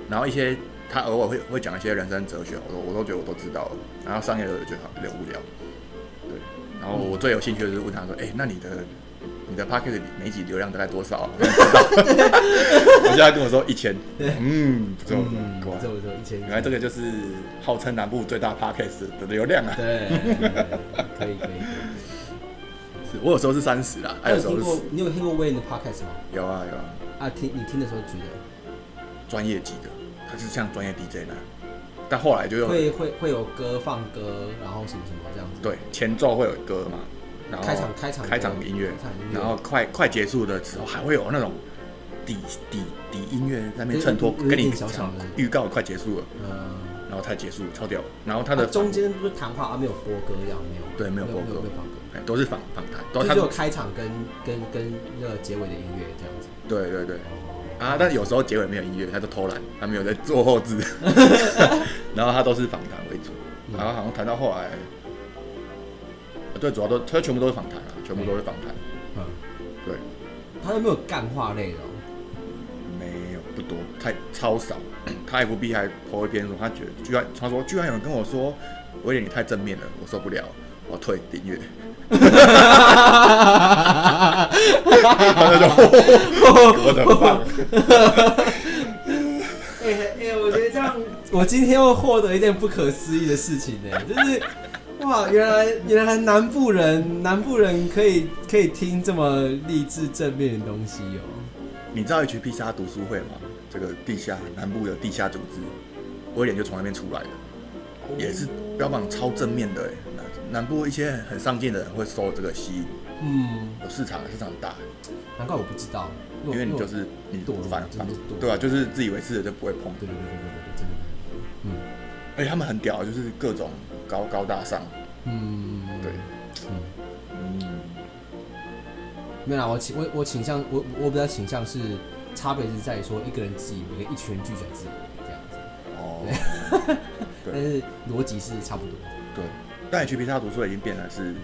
Speaker 2: 然后一些他偶尔会会讲一些人生哲学，我都我都觉得我都知道了，然后商业的我就觉得有点无聊，对。然后我最有兴趣的就是问他说，哎、那你的你的 p a c k a g e 每一集流量大概多少啊？我想知道 我就他跟我说一千，嗯，不错，
Speaker 1: 嗯，
Speaker 2: 果
Speaker 1: 不
Speaker 2: 然
Speaker 1: 错不错，一千。
Speaker 2: 原来这个就是号称南部最大 p a c k a g e 的流量啊。
Speaker 1: 对，可以可以。
Speaker 2: 是我有时候是三十啦， 还
Speaker 1: 可以
Speaker 2: 有
Speaker 1: 你
Speaker 2: 时
Speaker 1: 有
Speaker 2: 候
Speaker 1: 听
Speaker 2: 是
Speaker 1: 过你有听过 Wayne 的 podcast 吗？
Speaker 2: 有啊有啊，
Speaker 1: 啊，听你听的时候觉得
Speaker 2: 专业级的，他是像专业 DJ 那样，但后来就有
Speaker 1: 会会会有歌放歌，然后什么什么这样子。
Speaker 2: 对前奏会有歌嘛，然后
Speaker 1: 开场开场
Speaker 2: 开场音乐
Speaker 1: 开场音，乐
Speaker 2: 然后快快结束的时候还会有那种底底底音乐在那边
Speaker 1: 对
Speaker 2: 衬托，
Speaker 1: 有有
Speaker 2: 跟你
Speaker 1: 点小小的
Speaker 2: 预告快结束了，
Speaker 1: 嗯，
Speaker 2: 然后才结束，超屌。然后他
Speaker 1: 它
Speaker 2: 的
Speaker 1: 啊中间不是谈话啊，没有播歌这样没有。
Speaker 2: 对没有播
Speaker 1: 没
Speaker 2: 歌
Speaker 1: 有放歌。
Speaker 2: 哎都是访访谈，都
Speaker 1: 就
Speaker 2: 他
Speaker 1: 只有开场跟跟跟那个结尾的音乐这样子。
Speaker 2: 对对对。啊，但有时候结尾没有音乐，他就偷懒，他没有在做后置，然后他都是访谈为主，然后好像谈到后来，呃对，主要都他全部都是访谈啊，全部都是访谈，
Speaker 1: 嗯，
Speaker 2: 对，
Speaker 1: 他都没有干话类的哦、
Speaker 2: 没有不多，太超少。 他 FB 还 po 一篇说，他觉得居然他说居然有人跟我说，威廉你太正面了，我受不了，我要退订阅， 他就 我的棒，
Speaker 1: 哎哎、我觉得这样， 我今天又获得一件不可思议的事情呢、 就是哇，原来原来南部人南部人可以可以听这么励志正面的东西哦、
Speaker 2: 你知道 HP 沙读书会吗？这个地下南部的地下组织，威廉就从那边出来的，也是标榜超正面的、欸，南部一些很上进的人会受这个吸引，
Speaker 1: 嗯，
Speaker 2: 有市场，市场大，
Speaker 1: 难怪我不知道，
Speaker 2: 因为你就是你
Speaker 1: 堕落
Speaker 2: 反
Speaker 1: 真
Speaker 2: 反
Speaker 1: 的是堕落
Speaker 2: 对啊，就是自以为是的就不会碰。
Speaker 1: 对对对对对对，真的，嗯
Speaker 2: 而且他们很屌，就是各种高高大上，
Speaker 1: 嗯，
Speaker 2: 对，
Speaker 1: 嗯。
Speaker 2: 嗯，
Speaker 1: 没有啦，我倾我我倾向我我比较倾向是差别是在于说一个人自以为跟一群人聚起来自以为这样子，
Speaker 2: 哦，对
Speaker 1: 但是逻辑是差不多。
Speaker 2: 对，但 HPT 读书已经变成是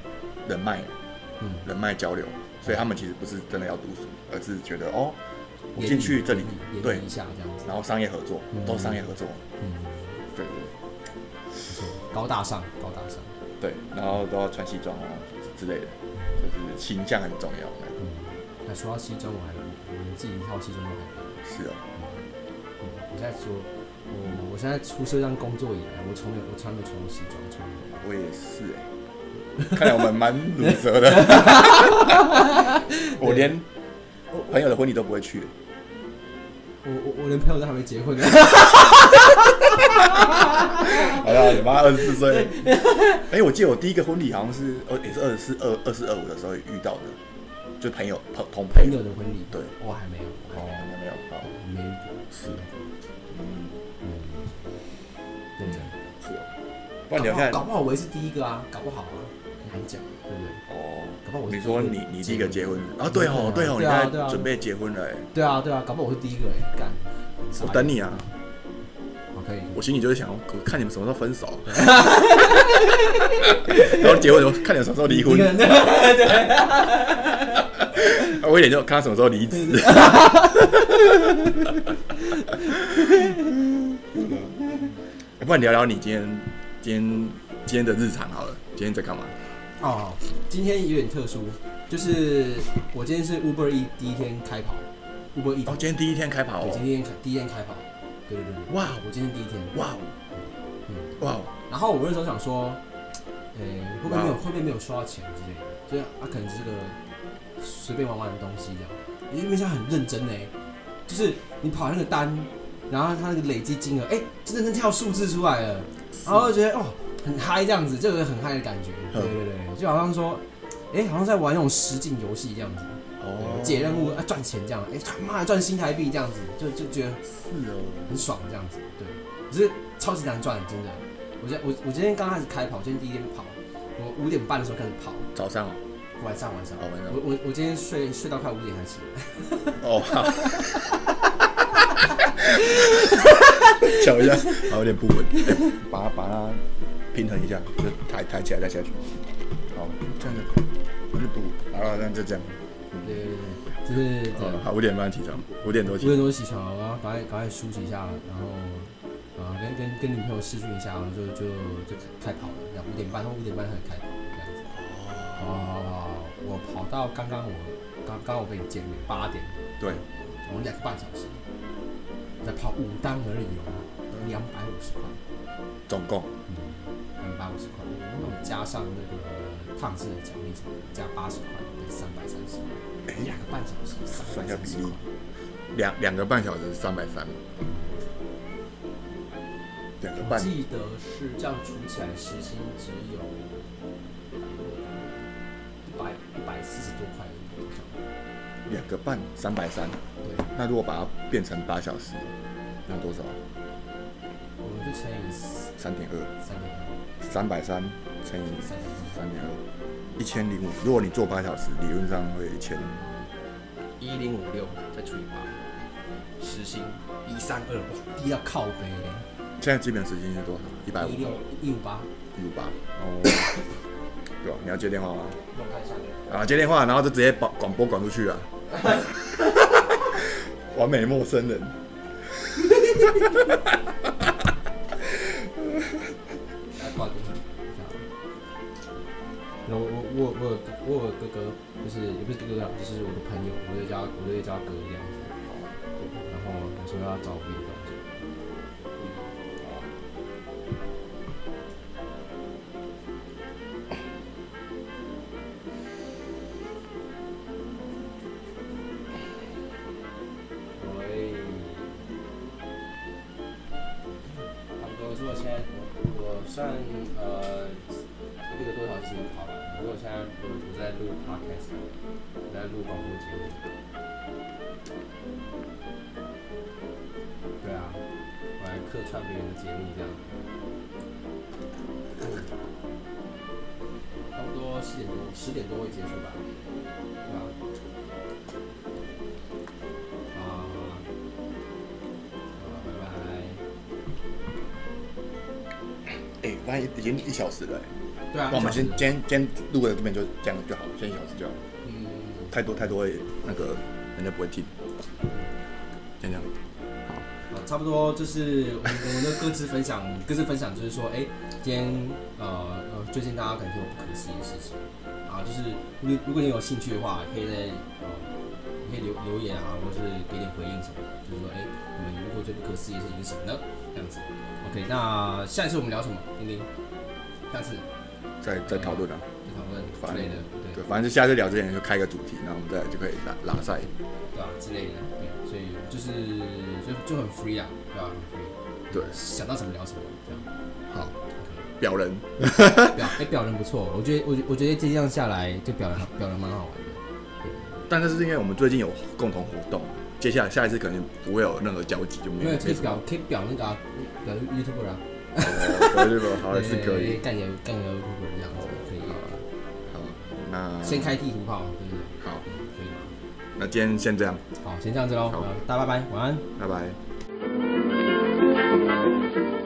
Speaker 2: 人脉了。
Speaker 1: 嗯，
Speaker 2: 人脉交流，所以他们其实不是真的要读书，而是觉得哦，我进去这里
Speaker 1: 演绎，
Speaker 2: 对
Speaker 1: 演绎一，下这样子，
Speaker 2: 然后商业合作，
Speaker 1: 嗯
Speaker 2: 都商业合作，
Speaker 1: 嗯，
Speaker 2: 对
Speaker 1: 不错，高大上，高大上。
Speaker 2: 对，然后都要穿西装啊之类的，就是形象很重要。那
Speaker 1: 嗯，那说到西装，我还我们自己一套西装都还没有。
Speaker 2: 是哦，
Speaker 1: 嗯，我在说，我我现在出社会工作以来，我从没有我从来没有穿过西装，从来没有。
Speaker 2: 我也是哎，看来我们蛮鲁蛇 的， 我连朋友的婚礼都不会去，
Speaker 1: 我我我连朋友都还没结 婚呢。
Speaker 2: 哎呀，你妈二十四岁， 哎，我记得我第一个婚礼好像是呃也是二十四二二四二五的时候遇到的，就朋友朋同朋
Speaker 1: 朋
Speaker 2: 友
Speaker 1: 友的婚礼，
Speaker 2: 对
Speaker 1: 我还没有，我
Speaker 2: 哦，
Speaker 1: 还
Speaker 2: 没有好。
Speaker 1: 没有，没有。
Speaker 2: 是，嗯，
Speaker 1: 认真。
Speaker 2: 是哦，不然聊下来
Speaker 1: 搞不好我也是第一个啊，搞不好啊，很难讲，对不对？
Speaker 2: 哦
Speaker 1: 搞不好我是
Speaker 2: 你说
Speaker 1: 第一个
Speaker 2: 你你第一个结婚啊？对
Speaker 1: 对
Speaker 2: 哦
Speaker 1: 啊
Speaker 2: 对哦，你
Speaker 1: 对啊
Speaker 2: 在
Speaker 1: 对啊
Speaker 2: 准备结婚了哎，
Speaker 1: 对啊，对啊，搞不好我是第一个哎、干，
Speaker 2: 我等你啊！
Speaker 1: 我可以，
Speaker 2: 我心里就是 想，我看你们什么时候分手， 然后结婚的时候看你们什么时候离婚
Speaker 1: 一个，人对，
Speaker 2: 啊我一点就看他什么时候离 职。哎不然聊聊你今天今天今天的日常好了，今天在干嘛？
Speaker 1: 哦，今天有点特殊，就是我今天是 Uber E 第一天开跑，Uber E，、
Speaker 2: 哦，今天第一天开跑哦
Speaker 1: 对，今，天开第一天开跑，对对对对，
Speaker 2: 哇
Speaker 1: 我今天第一天，
Speaker 2: 哇哦
Speaker 1: 嗯，
Speaker 2: 哇哦，
Speaker 1: 然后我那时候想说，呃，会不会没有
Speaker 2: 哇
Speaker 1: 会不会没有收到钱之类的，所以他、啊、可能只是个随便玩玩的东西这样，因为没想到很认真呢，欸就是你跑那个单，然后他那个累积金额，哎、真的能跳数字出来了，然后就觉得哦很嗨这样子，就有很嗨的感觉，
Speaker 2: 嗯
Speaker 1: 对对对，就好像说，哎、好像在玩那种实景游戏这样子，
Speaker 2: 哦，
Speaker 1: 解任务啊赚钱这样，哎、他妈的赚新台币这样子，就就觉得
Speaker 2: 是哦，
Speaker 1: 很爽这样子，对，只是超级难赚，真的。我今我我今天刚开始开跑，今天第一天跑，我五点半的时候开始跑，
Speaker 2: 早上哦
Speaker 1: 晚上晚上，
Speaker 2: 哦晚上
Speaker 1: 我我我今天睡睡到快五点才起，
Speaker 2: 哦，好， 瞧一下，好有点不稳，哎把它把它平衡一下，就抬抬起来再下去，好，这样子有点不稳，好了，那就这样，
Speaker 1: 对对对，就是对
Speaker 2: 哦，好，五点半起床，五点多
Speaker 1: 五
Speaker 2: 起
Speaker 1: 点，多起床，然后赶快赶快梳洗一下，然后啊跟跟跟女朋友试训一下，然后就就就开跑了，然后五点半或五点半才开跑这样子。好好好好，我跑到刚刚我刚刚我跟你见面八点，
Speaker 2: 对，
Speaker 1: 我两个半小时，才跑五单而已哦，两百五十块，嗯
Speaker 2: 总共
Speaker 1: 两百五十块，然后加上那个烫制的奖励奖加八十块，三百三十块，两个半小时，三
Speaker 2: 算一下
Speaker 1: 百三
Speaker 2: 比
Speaker 1: 十
Speaker 2: 例
Speaker 1: 块，
Speaker 2: 哎两两个半小时三百三，两个
Speaker 1: 我
Speaker 2: 半，
Speaker 1: 记得是这样除起来时薪只有一百一百四十多块而
Speaker 2: 两个半三百三，
Speaker 1: 已，对，
Speaker 2: 那如果把它变成八小时，那多少？
Speaker 1: 我们就乘以
Speaker 2: 三点二，
Speaker 1: 三点二，
Speaker 2: 三百三乘以
Speaker 1: 三点二，
Speaker 2: 三点二，一千零五。如果你做八小时，理论上会一千。
Speaker 1: 一零五六再除以八，时薪一三二，哇，低到靠背耶、
Speaker 2: 现在基本时薪是多少？一百五，
Speaker 1: 一
Speaker 2: 一
Speaker 1: 六一五八，
Speaker 2: 五八。哦， 对吧？你要接电话吗？
Speaker 1: 用看一下。
Speaker 2: 啊，接电话，然后就直接把广播广出去啊！ 完美陌生人。
Speaker 1: 来挂给你。然后我我我我有我有哥哥，就是也不是哥哥啦，就是我的朋友，我就叫我就叫他哥这样子。对，然后有时候要找我运动。喂，堂哥，我说我现在我我算呃一个多小时如果现在我我在录 podcast，我在录广播节目，对啊，我来客串别人的节目这样。差不多七点多，十点多会结束吧，对吧？啊，好了，拜
Speaker 2: 哎，
Speaker 1: 拜。
Speaker 2: 万一已经一小时了，哎
Speaker 1: 对啊，
Speaker 2: 那我们先
Speaker 1: 一小时
Speaker 2: 今天今天录的这边就这样就好，先一小时就好，
Speaker 1: 嗯。
Speaker 2: 太多太多会那个人家不会听，先这样。
Speaker 1: 好差不多就是我们我们的各自分享，各自分享就是说，哎、今天呃呃，最近大家可能有不可思议的事情啊，就是如果如果你有兴趣的话，可以在呃，你可以留留言啊，或是给点回应什么的，就是说，哎、你们如果最不可思议的事情是什么呢？这样子，OK，那下一次我们聊什么？丁丁，下次
Speaker 2: 再再讨论啊，
Speaker 1: 再讨论
Speaker 2: 反
Speaker 1: 之
Speaker 2: 正
Speaker 1: 类的，对。
Speaker 2: 对，反正就下次聊之前就开个主题，然后我们再就可以拉拉赛。
Speaker 1: 对吧、之类的，对，所以就是就就很 free 啊，对吧、很 free，
Speaker 2: 对
Speaker 1: 想到什么聊什么，这样
Speaker 2: 好，
Speaker 1: ，OK。
Speaker 2: 表人，
Speaker 1: 表哎、表人不错，我觉得我觉我觉得这样下来，就表人表人蛮好玩的。
Speaker 2: 但是是因为我们最近有共同活动，接下来下一次可能不会有任何交集，就没
Speaker 1: 因
Speaker 2: 有
Speaker 1: 为
Speaker 2: 没
Speaker 1: 可以
Speaker 2: 什么
Speaker 1: 表可以表那个、啊、表 YouTuber 啊，
Speaker 2: 哦对对 对，好是可以。
Speaker 1: 干个干个 YouTuber 这样子可以。
Speaker 2: 好，啊那
Speaker 1: 先开地图炮，对不对？
Speaker 2: 好，
Speaker 1: 嗯可以吗？
Speaker 2: 那今天先这样，
Speaker 1: 好，先这样子喽
Speaker 2: 好，
Speaker 1: 大家拜拜，晚安。
Speaker 2: 拜拜。